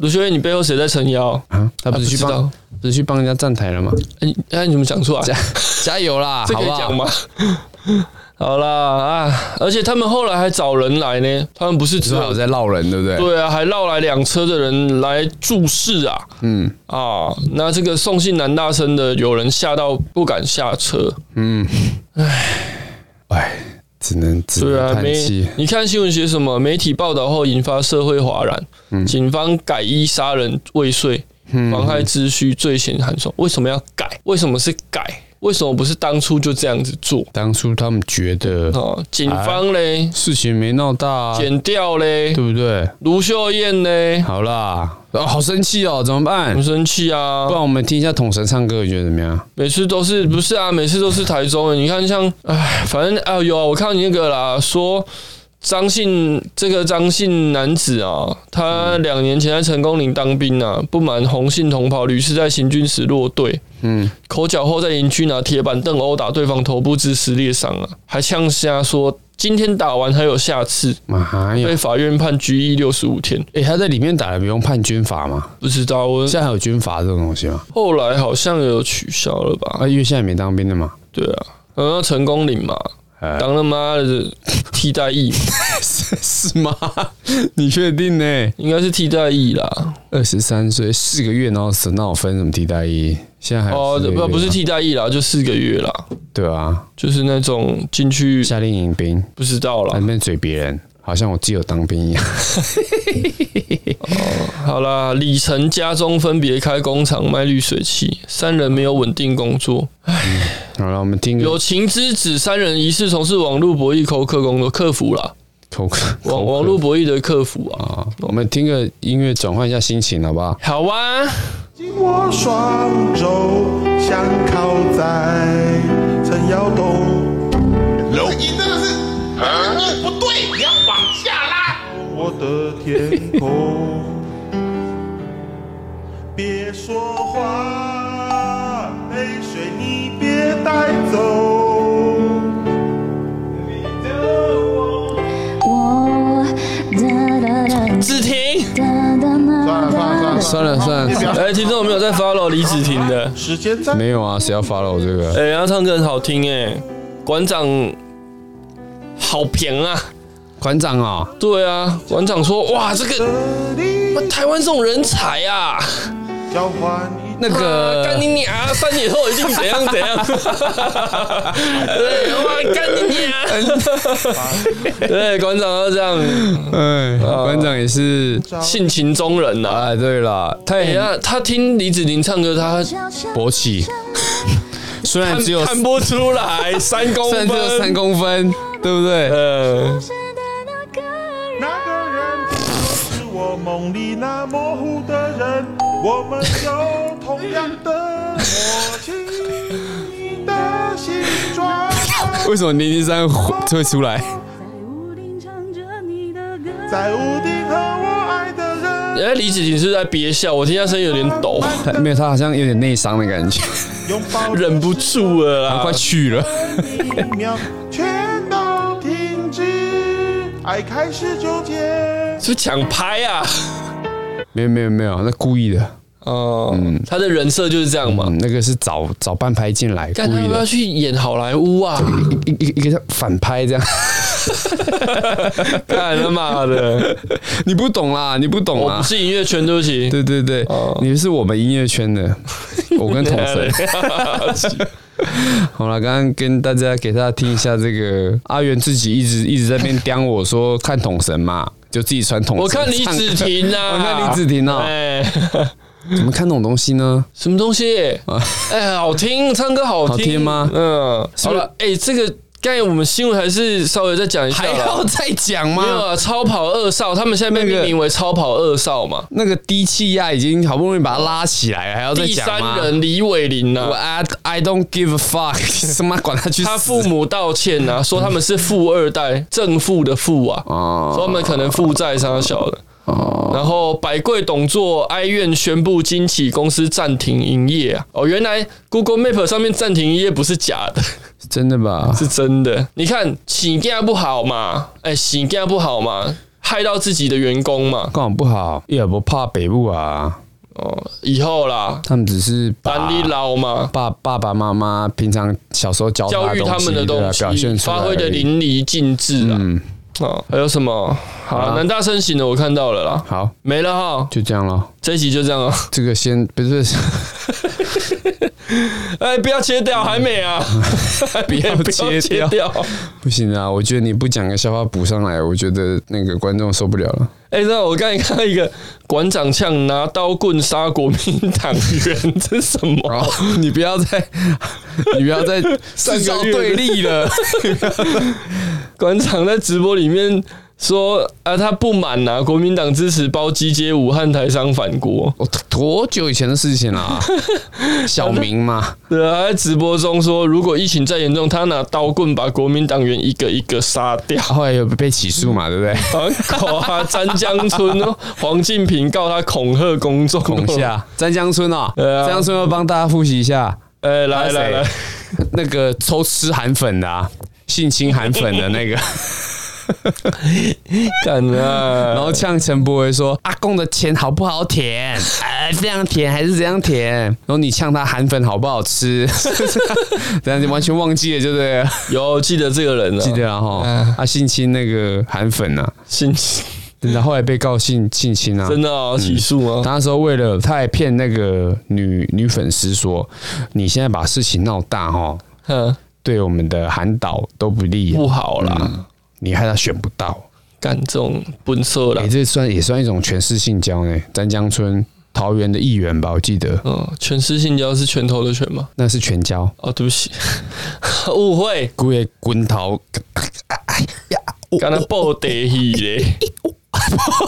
Speaker 1: 卢秀燕，你背后谁在撑腰？
Speaker 3: 啊，他不
Speaker 1: 啊
Speaker 3: 是
Speaker 1: 不知
Speaker 3: 去
Speaker 1: 道
Speaker 3: 帮，不是去帮人家站台了吗？
Speaker 1: 哎、你哎、你怎么讲出来？
Speaker 3: 加加油啦，
Speaker 1: 这
Speaker 3: 好
Speaker 1: 可以
Speaker 3: 不
Speaker 1: 讲
Speaker 3: 好？
Speaker 1: 吗？ 好啦啊！而且他们后来还找人来呢，他们不是只
Speaker 3: 最好
Speaker 1: 有
Speaker 3: 在闹人，对不对？
Speaker 1: 对啊，还绕来两车的人来注视啊
Speaker 3: 嗯，
Speaker 1: 啊！那这个送信男大生的有人吓到不敢下车，
Speaker 3: 嗯哎，只能只
Speaker 1: 对
Speaker 3: 能
Speaker 1: 啊，
Speaker 3: 叹
Speaker 1: 媒
Speaker 3: 气。
Speaker 1: 你看新闻写什么？媒体报道后引发社会哗然，
Speaker 3: 嗯
Speaker 1: 警方改依杀人未遂、妨害秩序罪嫌函送，为什么要改？为什么是改？为什么不是当初就这样子做？
Speaker 3: 当初他们觉得
Speaker 1: 哦，警方嘞，
Speaker 3: 事情没闹大啊，
Speaker 1: 剪掉嘞，
Speaker 3: 对不哎对？
Speaker 1: 卢秀燕嘞，
Speaker 3: 好啦，哦，好生气哦，怎么办
Speaker 1: 很？生气啊
Speaker 3: 不！然我们听一下统神唱歌，你觉得怎么样？
Speaker 1: 每次都是不是啊？每次都是台中欸的，你看像哎，反正啊有啊，我看到你那个啦，说张姓这个张姓男子啊，他两年前在成功岭当兵啊，不满红姓同袍屡次在行军时落队，
Speaker 3: 嗯，
Speaker 1: 口角后在邻居拿铁板凳殴打对方头部致死裂伤啊，还呛瞎说今天打完还有下次，
Speaker 3: 妈哎呀
Speaker 1: 被！法院判拘役六十五天，
Speaker 3: 哎，他在里面打的不用判军法吗？
Speaker 1: 不知道我
Speaker 3: 现在还有军法这种东西吗？
Speaker 1: 后来好像有取消了吧？
Speaker 3: 啊，因为现在没当兵的嘛。
Speaker 1: 对啊，然后成功岭嘛，
Speaker 3: 哎
Speaker 1: 当他妈的替代役，
Speaker 3: 是吗？你确定呢？
Speaker 1: 应该是替代役啦。
Speaker 3: 二十三岁四个月，然后死，那我分什么替代役？现在还有
Speaker 1: 哦，
Speaker 3: 哎四个月
Speaker 1: 不
Speaker 3: 吗
Speaker 1: 不是替代役啦，就四个月啦，
Speaker 3: 对啊，
Speaker 1: 就是那种进去
Speaker 3: 夏令营兵，
Speaker 1: 不知道
Speaker 3: 在
Speaker 1: 啦
Speaker 3: 那。边嘴别人，好像我基友当兵一样。
Speaker 1: 好啦，李晨家中分别开工厂卖滤水器，三人没有稳定工作。
Speaker 3: 好了，我们听
Speaker 1: 有
Speaker 3: 个
Speaker 1: 情之子三人疑似从事网络博弈扣客工作，客服啦，
Speaker 3: 口
Speaker 1: 网网络博弈的客服啊。
Speaker 3: 啊，我们听个音乐转换一下心情，好不好？
Speaker 1: 好啊，
Speaker 6: 我双肘相靠在陈腰洞，
Speaker 2: 你真的是，
Speaker 6: 啊
Speaker 2: 你不对，你要往下拉。
Speaker 6: 我的天空。别说话，泪水你别带走。你的我。
Speaker 7: 我哒哒哒
Speaker 1: 子婷，
Speaker 7: 哒哒
Speaker 6: 算了算了算了
Speaker 3: 算了算了，
Speaker 1: 哎、听众有没有在 follow 李子婷的？
Speaker 6: 时间在
Speaker 3: 没有啊，谁要 follow 这个？
Speaker 1: 哎、他唱歌很好听哎、馆长好评啊！
Speaker 3: 馆长啊、
Speaker 1: 对啊，馆长说哇，这个
Speaker 6: 里
Speaker 1: 妈台湾这种人才啊，
Speaker 6: 交换一
Speaker 3: 那
Speaker 1: 啊干
Speaker 3: 个
Speaker 1: 你娘！三年后一定怎样怎 样，对，哇，干你娘！ 对，馆长要这样，
Speaker 3: 哎，馆长也是
Speaker 1: 性情中人呐、啊。
Speaker 3: 啊，对了，他
Speaker 1: 哎
Speaker 3: 也
Speaker 1: 呀，他听李子婷唱歌，他
Speaker 3: 勃起，虽然
Speaker 1: 看
Speaker 3: 只有
Speaker 1: 看不出来三公
Speaker 3: 虽然
Speaker 1: 分，
Speaker 3: 只有三公分，对不对？
Speaker 1: 呃，
Speaker 6: 那个人是我梦里那模糊的人，我们有同样的默契你的形状。
Speaker 3: 为什么零零三会出来？
Speaker 6: 在屋顶和我爱的人，
Speaker 1: 哎、李子婷是不是在憋笑，我听她声音有点抖，
Speaker 3: 他没有，他好像有点内伤的感觉，
Speaker 6: 拥抱
Speaker 1: 忍不住了
Speaker 3: 他
Speaker 1: 啦，
Speaker 3: 快去了。
Speaker 6: 一秒全都停止，爱开始纠结。
Speaker 1: 是不是抢拍啊？
Speaker 3: 没有没有没有，那故意的，
Speaker 1: 哦，他的人设就是这样嘛
Speaker 3: 嗯。，那个是早早半拍进来，故
Speaker 1: 干他要
Speaker 3: 意
Speaker 1: 不要
Speaker 3: 的，
Speaker 1: 去演好莱坞啊？
Speaker 3: 一一一个叫反拍这样，
Speaker 1: 干他妈的！
Speaker 3: 你不懂啦，你不哦懂
Speaker 1: 我
Speaker 3: 啦
Speaker 1: 不。是音乐圈，对不起。
Speaker 3: 对对对，你是我们音乐圈 的，我跟童神。
Speaker 1: 哎
Speaker 3: 好了，刚刚跟大家给大家听一下这个阿元自己一直一直在那边刁我说看统神嘛，就自己穿筒子。
Speaker 1: 我看李
Speaker 3: 唱歌
Speaker 1: 子婷啊，
Speaker 3: 我看李子婷啊，
Speaker 1: 哎，
Speaker 3: 怎么看那种东西呢？
Speaker 1: 什么东 西？哎，好听，唱歌好听
Speaker 3: 好听吗
Speaker 1: 嗯，好了，哎，这个刚才我们新闻还是稍微再讲一下
Speaker 3: 还
Speaker 1: 啦
Speaker 3: 要再讲
Speaker 1: 没有
Speaker 3: 吗？
Speaker 1: 啊，超跑二少，他们现在被
Speaker 3: 那个
Speaker 1: 命名为超跑二少嘛。
Speaker 3: 那个低气压已经好不容易把它拉起来了，还要再
Speaker 1: 第
Speaker 3: 讲吗
Speaker 1: 三？人李伟林呐、
Speaker 3: 我
Speaker 1: 啊，
Speaker 3: I I don't give a fuck，什么管他去死
Speaker 1: 他父母道歉呐、啊，说他们是富二代，正负的负啊，
Speaker 3: 哦
Speaker 1: 说他们可能负债啥小的。然后百贵董座哀怨宣布经纪公司暂停营业啊！哦，原来 Google Map 上面暂停营业不是假的，
Speaker 3: 真的吧？
Speaker 1: 是真的。你看，请假不好嘛，哎，请假不好嘛，害到自己的员工嘛。
Speaker 3: 刚好不好，也不怕北部啊，
Speaker 1: 哦，以后啦，
Speaker 3: 他们只是把
Speaker 1: 单利捞嘛，
Speaker 3: 爸爸爸妈妈平常小时候教
Speaker 1: 教育
Speaker 3: 他
Speaker 1: 他们的
Speaker 3: 东
Speaker 1: 哦东
Speaker 3: 西对啊表
Speaker 1: 西，
Speaker 3: 现出来
Speaker 1: 发挥的
Speaker 3: 而已
Speaker 1: 淋漓尽致啊。哦，还有什么？好啊了，南大升醒的我看到了啦，
Speaker 3: 好，
Speaker 1: 没了哈，
Speaker 3: 就这样咯。
Speaker 1: 这一集就这样哦。
Speaker 3: 这个先不是
Speaker 1: 哎，不要切掉，还没啊，不
Speaker 3: 要
Speaker 1: 嗯不
Speaker 3: 切
Speaker 1: 切
Speaker 3: 掉
Speaker 1: 掉。
Speaker 3: 不行啊！我觉得你不讲个笑话补上来，我觉得那个观众受不了了。
Speaker 1: 哎，那我刚才看到一个馆长呛拿刀棍杀国民党员，这是什么？
Speaker 3: 哦， 你不要再，你不要再制造对立了。
Speaker 1: 馆长在直播里面说啊，他不满呐、国民党支持包机街舞和台商反国。
Speaker 3: 我多久以前的事情啦、啊 小明嘛，
Speaker 1: 对啊，他在直播中说，如果疫情再严重，他拿刀棍把国民党员一个一个杀掉。
Speaker 3: 后来有被起诉
Speaker 1: 嗯
Speaker 3: 嘛，对不对？
Speaker 1: 港口啊，詹江村哦，黄进平告他恐吓公众，
Speaker 3: 拱 下。詹江村啊，
Speaker 1: 对啊
Speaker 3: 詹江村要帮大家复习一下，
Speaker 1: 哎，来
Speaker 3: 他
Speaker 1: 来
Speaker 3: 谁
Speaker 1: 来，
Speaker 3: 那个偷吃韩粉的、啊，性侵韩粉 的那个，
Speaker 1: 嗯干啊！
Speaker 3: 然后呛陈柏惟说：“阿公的钱好不好舔？哎、这样舔还是这样舔？”然后你呛他韩粉好不好吃？ 这样就完全忘记了，就
Speaker 1: 嗯
Speaker 3: 对了，
Speaker 1: 有记得这个人啊，
Speaker 3: 记得了哈。啊，性侵那个韩粉啊，
Speaker 1: 信
Speaker 3: 然后后来被告性性侵啊，
Speaker 1: 真的哦，起诉吗？
Speaker 3: 他那时候为了他还骗那个女女粉丝说，你现在把事情闹大哦，
Speaker 1: 哼，
Speaker 3: 对我们的韩导都不利，
Speaker 1: 不好啦，
Speaker 3: 嗯你害他选不到。
Speaker 1: 干这种本色啦
Speaker 3: 哎、。这算也算一种权势性交呢。詹江村桃园的议员吧，我记得
Speaker 1: 嗯，全尸性交是拳头的拳吗？
Speaker 3: 那是全交。
Speaker 1: 哦，对不起，误会，
Speaker 3: 故意滚 头，
Speaker 1: 刚才爆地气嘞。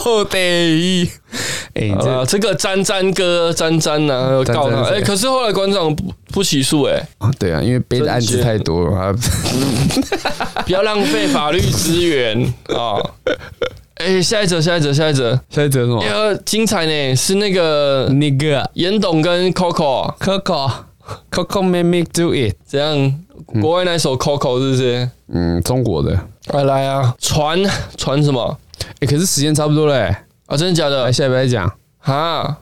Speaker 3: 哦对，哎、
Speaker 1: 好
Speaker 3: 这
Speaker 1: 啦，这个詹詹哥詹詹呐，有告
Speaker 3: 詹
Speaker 1: 他，
Speaker 3: 詹谁
Speaker 1: 哎，可是后来馆长不不起诉， 哎，
Speaker 3: 啊对啊，因为背的案子太多了，啊
Speaker 1: 不要浪费法律资源 啊！
Speaker 3: 哦
Speaker 1: 哎、下一则，下一则，下一则，
Speaker 3: 现在得什么
Speaker 1: 第？二精彩呢，是那个
Speaker 3: 哦那个
Speaker 1: 严董跟 Coco
Speaker 3: Coco 嗯 Coco made me do it，
Speaker 1: 怎样？国外那首 Coco 是不是？
Speaker 3: 嗯，中国的，
Speaker 1: 啊，来啊，传传什么
Speaker 3: 哎、可是时间差不多了、哎
Speaker 1: 啊？真的假
Speaker 3: 来
Speaker 1: 的？
Speaker 3: 下礼拜讲，
Speaker 1: 啊，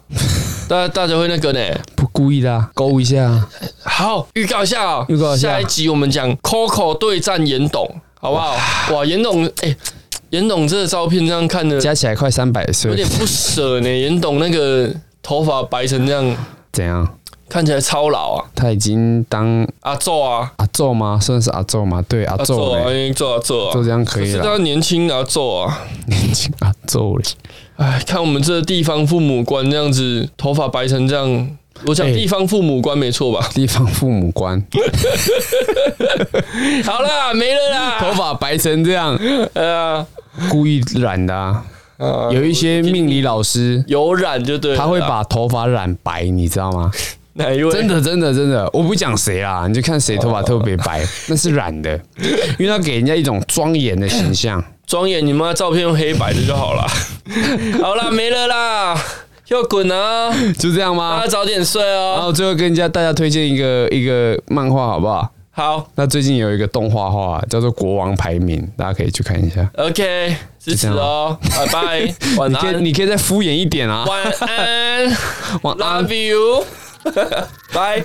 Speaker 1: 大大家会那个呢？
Speaker 3: 不故意的、啊，勾一下啊，
Speaker 1: 好，预告一下哦，
Speaker 3: 预告一下
Speaker 1: 下一集我们讲 Coco 对战严董，好不好？哇，严董，哎、严董这个照片这样看的，
Speaker 3: 加起来快三百
Speaker 1: 有
Speaker 3: 岁
Speaker 1: 点，不舍呢。严董那个头发白成这样，
Speaker 3: 怎样？
Speaker 1: 看起来超老啊。
Speaker 3: 他已经当
Speaker 1: 阿宙啊，
Speaker 3: 阿宙吗？算是阿宙吗？对，阿
Speaker 1: 阿
Speaker 3: 宙
Speaker 1: 宙啊，
Speaker 3: 嘞，
Speaker 1: 哎做啊做啊，
Speaker 3: 就这样可以
Speaker 1: 是他
Speaker 3: 了，
Speaker 1: 年轻的阿宙啊，
Speaker 3: 年轻阿宙嘞。
Speaker 1: 哎，看我们这地方父母官这样子，头发白成这样，我讲
Speaker 3: 哎
Speaker 1: 地方父母官没错 吧？
Speaker 3: 地方父母官，
Speaker 1: 好啦，没了
Speaker 3: 头
Speaker 1: 啦，
Speaker 3: 发白成这样，
Speaker 1: 呃，
Speaker 3: 故意染的、啊。有一些命理老师，
Speaker 1: 有染就对了啦，
Speaker 3: 他会把头发染白，你知道吗？
Speaker 1: 哪一位
Speaker 3: 真的，真的，真的，我不讲谁啦，你就看谁头发特别白，那是染的，因为他给人家一种庄严的形象。
Speaker 1: 庄严，你妈照片用黑白的就 好了。好啦，没了啦，要滚啊！
Speaker 3: 就这样
Speaker 1: 大
Speaker 3: 吗
Speaker 1: 家？早点睡
Speaker 3: 然
Speaker 1: 哦。
Speaker 3: 后最后跟人家大家推荐一个一个漫画，好不好？
Speaker 1: 好
Speaker 3: 那最近有一个动画画叫做《国王排名》，大家可以去看一下。
Speaker 1: ，OK，支持
Speaker 3: 就这样啊
Speaker 1: 哦，拜拜，晚
Speaker 3: 你可以
Speaker 1: 安，
Speaker 3: 你可以再敷 衍一点啊，
Speaker 1: 晚安
Speaker 3: 晚 安
Speaker 1: ，Love you，拜。